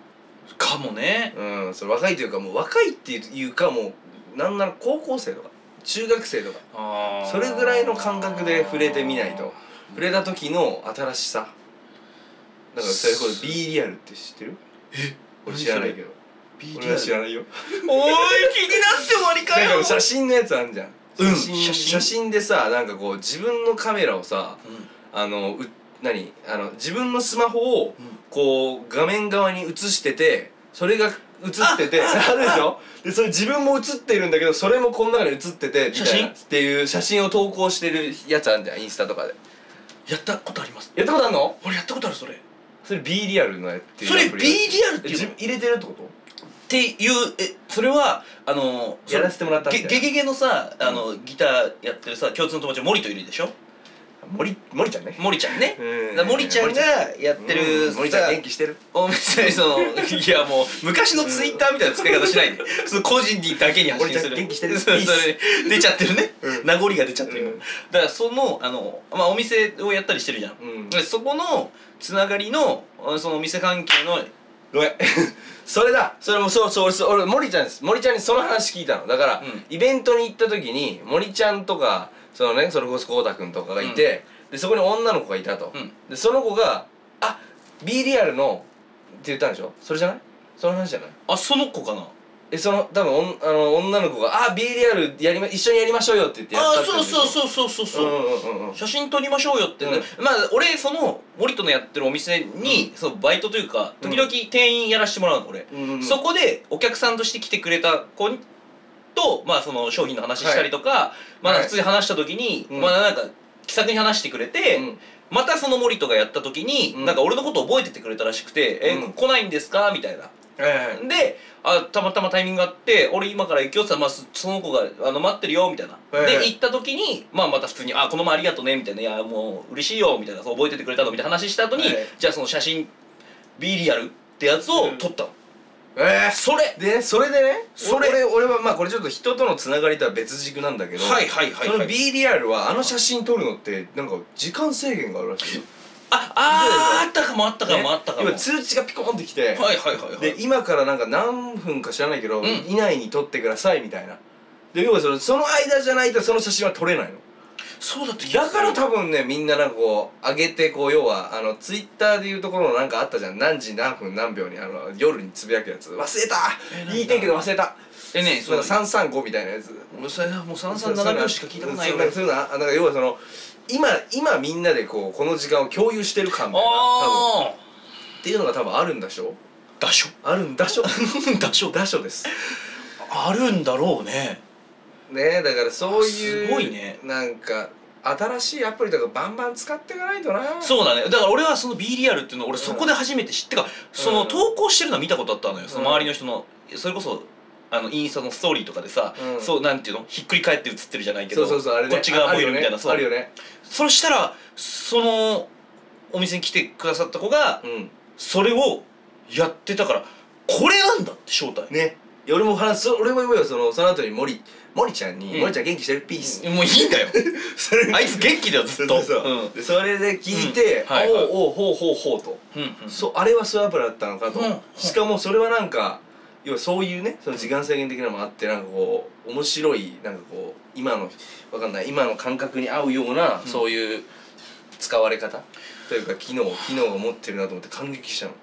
[SPEAKER 1] たかもね
[SPEAKER 2] うんそれ若いというかもう若いっていうかもうなんなら高校生とか中学生とか
[SPEAKER 1] あー
[SPEAKER 2] それぐらいの感覚で触れてみないと触れた時の新しさだからそれこそ B リアルって知ってるえ俺知らないけど俺は知らないよ
[SPEAKER 1] おい気になって終わりか
[SPEAKER 2] なん
[SPEAKER 1] よ
[SPEAKER 2] か写真のやつあんじゃん、
[SPEAKER 1] うん
[SPEAKER 2] 写真
[SPEAKER 1] 写真
[SPEAKER 2] 写真でさなんかこう自分のカメラをさ
[SPEAKER 1] うん
[SPEAKER 2] あのう何あの自分のスマホを
[SPEAKER 1] うん
[SPEAKER 2] こう画面側に映しててそれが映っててあるでしょでそれ自分も映ってるんだけどそれもこの中に映っててみたいな
[SPEAKER 1] 写真
[SPEAKER 2] っていう写真を投稿してるやつあんじゃんインスタとかで
[SPEAKER 1] やったことあります
[SPEAKER 2] やったことあんの
[SPEAKER 1] 俺やったことあるそれ
[SPEAKER 2] それ B リアルのやっていう
[SPEAKER 1] それ
[SPEAKER 2] ア
[SPEAKER 1] B
[SPEAKER 2] プ
[SPEAKER 1] リ
[SPEAKER 2] リ
[SPEAKER 1] アルっ
[SPEAKER 2] え
[SPEAKER 1] ていう
[SPEAKER 2] 自
[SPEAKER 1] の
[SPEAKER 2] 分
[SPEAKER 1] っ
[SPEAKER 2] 入れてるってこと
[SPEAKER 1] ていうえそれはあのそ
[SPEAKER 2] やらせてもらったみた
[SPEAKER 1] ゲ
[SPEAKER 2] いな
[SPEAKER 1] ゲゲゲのさあの、ギターやってるさ共通の友達森といるでしょ
[SPEAKER 2] 森森ちゃんね
[SPEAKER 1] 森ちゃんね
[SPEAKER 2] うん
[SPEAKER 1] だから森ちゃんがやってる
[SPEAKER 2] うん森ちゃん
[SPEAKER 1] さ
[SPEAKER 2] 元気してる
[SPEAKER 1] お店にそのいやもう昔のツイッターみたいな使い方しないでその個人にだけに発信する
[SPEAKER 2] 俺ちゃん元気してる
[SPEAKER 1] そう
[SPEAKER 2] いいっ
[SPEAKER 1] そ
[SPEAKER 2] す
[SPEAKER 1] れ出ちゃってるね、
[SPEAKER 2] うん
[SPEAKER 1] 名残が出ちゃってる、今
[SPEAKER 2] うん
[SPEAKER 1] だからそのあの、まあ、お店をやったりしてるじゃん、
[SPEAKER 2] うん
[SPEAKER 1] でそこのつながりのあそのお店関係の
[SPEAKER 2] ごめん それだそれもそうそう俺そう俺森ちゃんです森ちゃんにその話聞いたのだから、
[SPEAKER 1] うん
[SPEAKER 2] イベントに行った時に森ちゃんとかそのねそれこそこうたくんとかがいて、でそこに女の子がいたと、
[SPEAKER 1] うん
[SPEAKER 2] でその子が「あ B リアルの」って言ったんでしょそれじゃないその話じゃない
[SPEAKER 1] あその子かな
[SPEAKER 2] えその多分おんあの女の子が「あ B リアルやり、ま、一緒にやりましょうよ」って言ってやった
[SPEAKER 1] あ
[SPEAKER 2] って
[SPEAKER 1] そうそう
[SPEAKER 2] う
[SPEAKER 1] そうそうそう
[SPEAKER 2] そ
[SPEAKER 1] そうう、
[SPEAKER 2] んうんうんうん
[SPEAKER 1] 写真撮りましょうよって、
[SPEAKER 2] うん
[SPEAKER 1] まあ俺その森とのやってるお店に、そのバイトというか時々店員やらしてもらうの俺、
[SPEAKER 2] うんうん
[SPEAKER 1] そこでお客さんとして来てくれた子にと、まあ、その商品の話したりとか、まあ、
[SPEAKER 2] はい
[SPEAKER 1] 普通に話した時に、
[SPEAKER 2] うん
[SPEAKER 1] まあ、なんか気さくに話してくれて、
[SPEAKER 2] うん
[SPEAKER 1] またその森とかやった時に、
[SPEAKER 2] うん
[SPEAKER 1] なんか俺のこと覚えててくれたらしくて「
[SPEAKER 2] う
[SPEAKER 1] え
[SPEAKER 2] ん
[SPEAKER 1] 来ないんですか?」みたいな。
[SPEAKER 2] はいはいはい
[SPEAKER 1] であたまたまタイミングがあって「俺今から行くよ」って言ったら、まあ、そその子があの「待ってるよ」みたいな。
[SPEAKER 2] はいはい
[SPEAKER 1] で行った時に、まあ、また普通に「あこの前ありがとうね」みたいな「いやもう嬉しいよ」みたいなそう覚えててくれたのみたいな話した後に、
[SPEAKER 2] はい
[SPEAKER 1] じゃあその写真 B リアルってやつを撮ったの。
[SPEAKER 2] えー
[SPEAKER 1] それ
[SPEAKER 2] でねそれでね
[SPEAKER 1] それ
[SPEAKER 2] 俺俺はまあこれちょっと人とのつながりとは別軸なんだけど、
[SPEAKER 1] はいはいはいはい
[SPEAKER 2] その B リアルはあの写真撮るのってなんか時間制限があるらしいよ
[SPEAKER 1] ああーあったかもあったか
[SPEAKER 2] ね
[SPEAKER 1] もあったかも、
[SPEAKER 2] 今通知がピコーンってき
[SPEAKER 1] はい
[SPEAKER 2] て、
[SPEAKER 1] はいはいはい
[SPEAKER 2] で今からなんか何分か知らないけど、
[SPEAKER 1] うん
[SPEAKER 2] 以内に撮ってくださいみたいなで要はそのその間じゃないとその写真は撮れないの
[SPEAKER 1] そうだって
[SPEAKER 2] だから
[SPEAKER 1] た
[SPEAKER 2] 多分ねみんななんかこう上げてこう要はあのツイッターでいうところのなんかあったじゃん何時何分何秒にあの夜につぶやくやつ忘れ
[SPEAKER 1] え
[SPEAKER 2] た言い
[SPEAKER 1] な
[SPEAKER 2] て
[SPEAKER 1] んだ
[SPEAKER 2] んけど忘れた
[SPEAKER 1] でね
[SPEAKER 2] そ
[SPEAKER 1] そううさ
[SPEAKER 2] 335みたいなやつ
[SPEAKER 1] もうそれもう三三七秒しか聞いたことないよ
[SPEAKER 2] そうそうなんかそういうのあなんか要はその今今みんなでこうこの時間を共有してる感みたいな多分
[SPEAKER 1] ああ
[SPEAKER 2] っていうのが多分あるんだしょ
[SPEAKER 1] だしょ
[SPEAKER 2] あるん だしょ
[SPEAKER 1] だしょ
[SPEAKER 2] だしょです
[SPEAKER 1] あるんだろうね
[SPEAKER 2] ねだからそうい
[SPEAKER 1] す
[SPEAKER 2] う
[SPEAKER 1] ごいね
[SPEAKER 2] なんか新しいアプリとかバンバン使っていかないとなう
[SPEAKER 1] そうだねだから俺はその B リアルっていうのを俺そこで初めて知ってかその投稿してるのは見たことあったのよその周りの人のそれこそあのインスタのストーリーとかでさ、
[SPEAKER 2] うん
[SPEAKER 1] そうなんていうのひっくり返って映ってるじゃないけ
[SPEAKER 2] そ
[SPEAKER 1] ど
[SPEAKER 2] うそうそうあれね
[SPEAKER 1] こっち側もいるみたいな
[SPEAKER 2] ああるよね
[SPEAKER 1] そうそしたらそのお店に来てくださった子が
[SPEAKER 2] あるよね
[SPEAKER 1] それをやってたからこれなんだって正体
[SPEAKER 2] うんね俺も話す俺も言うよそのその後に森森ちゃんに、
[SPEAKER 1] うん
[SPEAKER 2] 森ちゃん元気してるピース、
[SPEAKER 1] もういいん だよ
[SPEAKER 2] それ
[SPEAKER 1] あいつ元気だよずっと
[SPEAKER 2] そうそうそうでそれで聞いて、
[SPEAKER 1] うんはいはい
[SPEAKER 2] おうおうほうほうほうと
[SPEAKER 1] うんうんうん
[SPEAKER 2] そうあれはそういうアプリだったのかと、
[SPEAKER 1] うん
[SPEAKER 2] しかもそれはなんか要はそういうねその時間制限的なのもあってなんかこう面白いなんかこう今のわかんない今の感覚に合うような、
[SPEAKER 1] うん
[SPEAKER 2] そういう使われ方というか機能機能を持ってるなと思って感激したの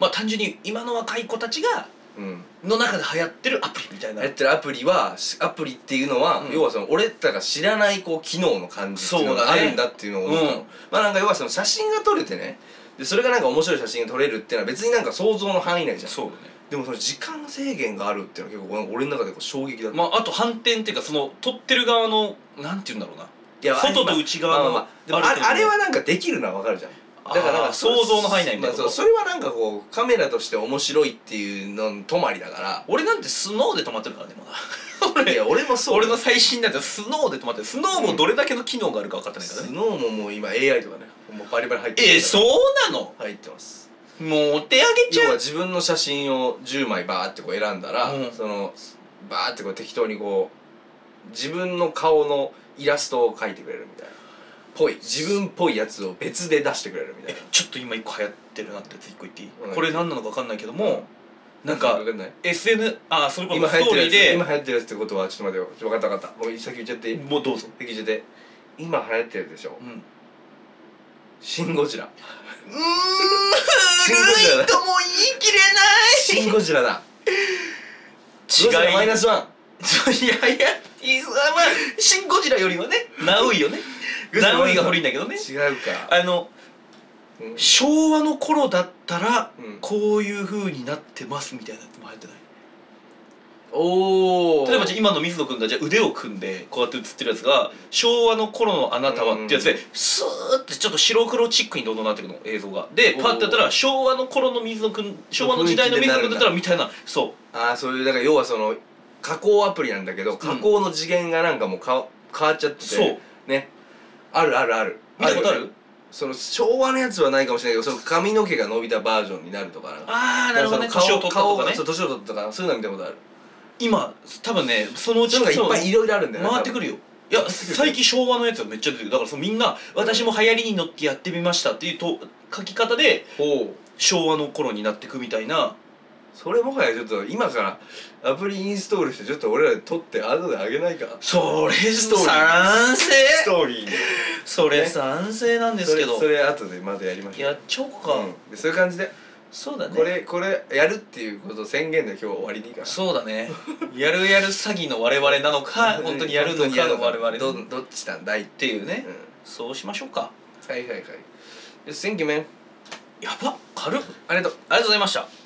[SPEAKER 1] まあ単純に今の若い子たちが
[SPEAKER 2] うん
[SPEAKER 1] の中で流行ってるアプリみたいな
[SPEAKER 2] やってるアプリはしアプリっていうのは、
[SPEAKER 1] うん
[SPEAKER 2] 要はその俺らが知らないこう機能の感じっていう
[SPEAKER 1] そう
[SPEAKER 2] のが
[SPEAKER 1] だ
[SPEAKER 2] あ
[SPEAKER 1] ね
[SPEAKER 2] るんだっていうのを思ったの
[SPEAKER 1] うん
[SPEAKER 2] まあなんか要はその写真が撮れてねでそれがなんか面白い写真が撮れるっていうのは別になんか想像の範囲内じゃん
[SPEAKER 1] そうだね
[SPEAKER 2] でもその時間制限があるっていうのは結構俺の中でこう衝撃だった、
[SPEAKER 1] まああと反転っていうかその撮ってる側のなんて言うんだろうない
[SPEAKER 2] や
[SPEAKER 1] 外と内側の
[SPEAKER 2] まあまあまあでもああれはなんかできるのはわかるじゃん
[SPEAKER 1] あー
[SPEAKER 2] だから
[SPEAKER 1] 想像の範囲内みたいなこと
[SPEAKER 2] まあそうそれはなんかこうカメラとして面白いっていうの止まりだか
[SPEAKER 1] 俺なんてスノーで止まってるからねまだ
[SPEAKER 2] らいや俺もそう
[SPEAKER 1] 俺の最新なんてスノーで止まってるスノーもどれだけの機能があるか分かってないから
[SPEAKER 2] ス
[SPEAKER 1] ね、
[SPEAKER 2] ノーももう今 AI とかねもうバリバリ入って
[SPEAKER 1] えー、
[SPEAKER 2] う
[SPEAKER 1] そうなの
[SPEAKER 2] 入ってます
[SPEAKER 1] もうお手上げち
[SPEAKER 2] 要
[SPEAKER 1] ゃ
[SPEAKER 2] は
[SPEAKER 1] う
[SPEAKER 2] 自分の写真を10枚バーってこう選んだら、
[SPEAKER 1] うん
[SPEAKER 2] そのバーってこう適当にこう自分の顔のイラストを描いてくれるみたいなぽい自分っぽいやつを別で出してくれるみた
[SPEAKER 1] え
[SPEAKER 2] いな
[SPEAKER 1] ちょっと今一個流行ってるなってやつ一個言っていい、
[SPEAKER 2] うん
[SPEAKER 1] これ何なのか分かんないけどもなんか
[SPEAKER 2] わかんない
[SPEAKER 1] SN あそれこそ
[SPEAKER 2] 今
[SPEAKER 1] ス
[SPEAKER 2] 流行っ
[SPEAKER 1] ト
[SPEAKER 2] て
[SPEAKER 1] ー
[SPEAKER 2] る
[SPEAKER 1] リ
[SPEAKER 2] や
[SPEAKER 1] ー
[SPEAKER 2] つ
[SPEAKER 1] で
[SPEAKER 2] 今流行ってるやつってことはちょっと待ってよちょっと分かった分かったもう先言っちゃっていい
[SPEAKER 1] もうどうぞ、
[SPEAKER 2] 先言っちゃって今流行ってるでしょ
[SPEAKER 1] うん、
[SPEAKER 2] 「シン・ゴ ジラ」
[SPEAKER 1] うーん古いとも言い切れ
[SPEAKER 2] 「シン・ゴジラだ」ゴジ
[SPEAKER 1] ない
[SPEAKER 2] ラマイナスワン
[SPEAKER 1] 違いいやいやいやまあシン・ゴジラよりはねナウイよね
[SPEAKER 2] ゴジラ
[SPEAKER 1] ナ
[SPEAKER 2] マイナスワン
[SPEAKER 1] ウイが古いんだけどね
[SPEAKER 2] 違うか
[SPEAKER 1] あの
[SPEAKER 2] うん
[SPEAKER 1] 昭和の頃だったら
[SPEAKER 2] うん
[SPEAKER 1] こういう風になってますみたいなのも流行ってない
[SPEAKER 2] おお
[SPEAKER 1] 例えばじゃあ今の水野君がじゃあ腕を組んでこうやって写ってるやつが昭和の頃のあなたはってやつ
[SPEAKER 2] う
[SPEAKER 1] で
[SPEAKER 2] ん
[SPEAKER 1] スーってちょっと白黒チックにどんどんなってくの映像がでパッてやったら昭和の頃の水野君昭和の時代の水野君だったらみたいなそう
[SPEAKER 2] ああそういうだから要はその加工アプリなんだけど加工の次元がなんかもうか変わっちゃってて
[SPEAKER 1] そう
[SPEAKER 2] ねあるあるある
[SPEAKER 1] 見たことある
[SPEAKER 2] よねその昭和のやつはないかもしれないけどその髪の毛が伸びたバージョンになるとかなんか
[SPEAKER 1] ああなるほどね
[SPEAKER 2] だから
[SPEAKER 1] 年
[SPEAKER 2] そ
[SPEAKER 1] を
[SPEAKER 2] の
[SPEAKER 1] 取ったと
[SPEAKER 2] 顔顔
[SPEAKER 1] か
[SPEAKER 2] が
[SPEAKER 1] ね
[SPEAKER 2] そう年を取ったとかそういうのは見たことある
[SPEAKER 1] 今多分ねそのう
[SPEAKER 2] そ
[SPEAKER 1] ち
[SPEAKER 2] ういうのがいっぱいいろいろあるんだよね
[SPEAKER 1] 回ってく
[SPEAKER 2] る
[SPEAKER 1] るよいや最近昭和のやつがめっちゃ出てくるだからそのみんな私も流行りに乗ってやってみましたっていうと書き方で
[SPEAKER 2] ほう
[SPEAKER 1] 昭和の頃になってくみたいな
[SPEAKER 2] それもはやちょっと今からアプリインストールしてちょっと俺らで撮って後であげないか
[SPEAKER 1] それ
[SPEAKER 2] ストーリー
[SPEAKER 1] 賛成
[SPEAKER 2] ストーリーに
[SPEAKER 1] それ
[SPEAKER 2] ね
[SPEAKER 1] 賛成なんですけど
[SPEAKER 2] それそれ後でまたやりましょう
[SPEAKER 1] やっちゃおうか
[SPEAKER 2] うんでそういう感じで
[SPEAKER 1] そうだね
[SPEAKER 2] これこれやるっていうことを宣言で今日は終わりでいいかな
[SPEAKER 1] そうだねやるやる詐欺の我々なのか 本当にやるの
[SPEAKER 2] 本当にや
[SPEAKER 1] か
[SPEAKER 2] る
[SPEAKER 1] の我々
[SPEAKER 2] ど
[SPEAKER 1] っ
[SPEAKER 2] どっちなんだい、
[SPEAKER 1] ていう
[SPEAKER 2] う
[SPEAKER 1] ね
[SPEAKER 2] ん、
[SPEAKER 1] そうしましょうか
[SPEAKER 2] はいはいはい Thank you man
[SPEAKER 1] やば軽っ
[SPEAKER 2] ありがとう
[SPEAKER 1] ありがとうございました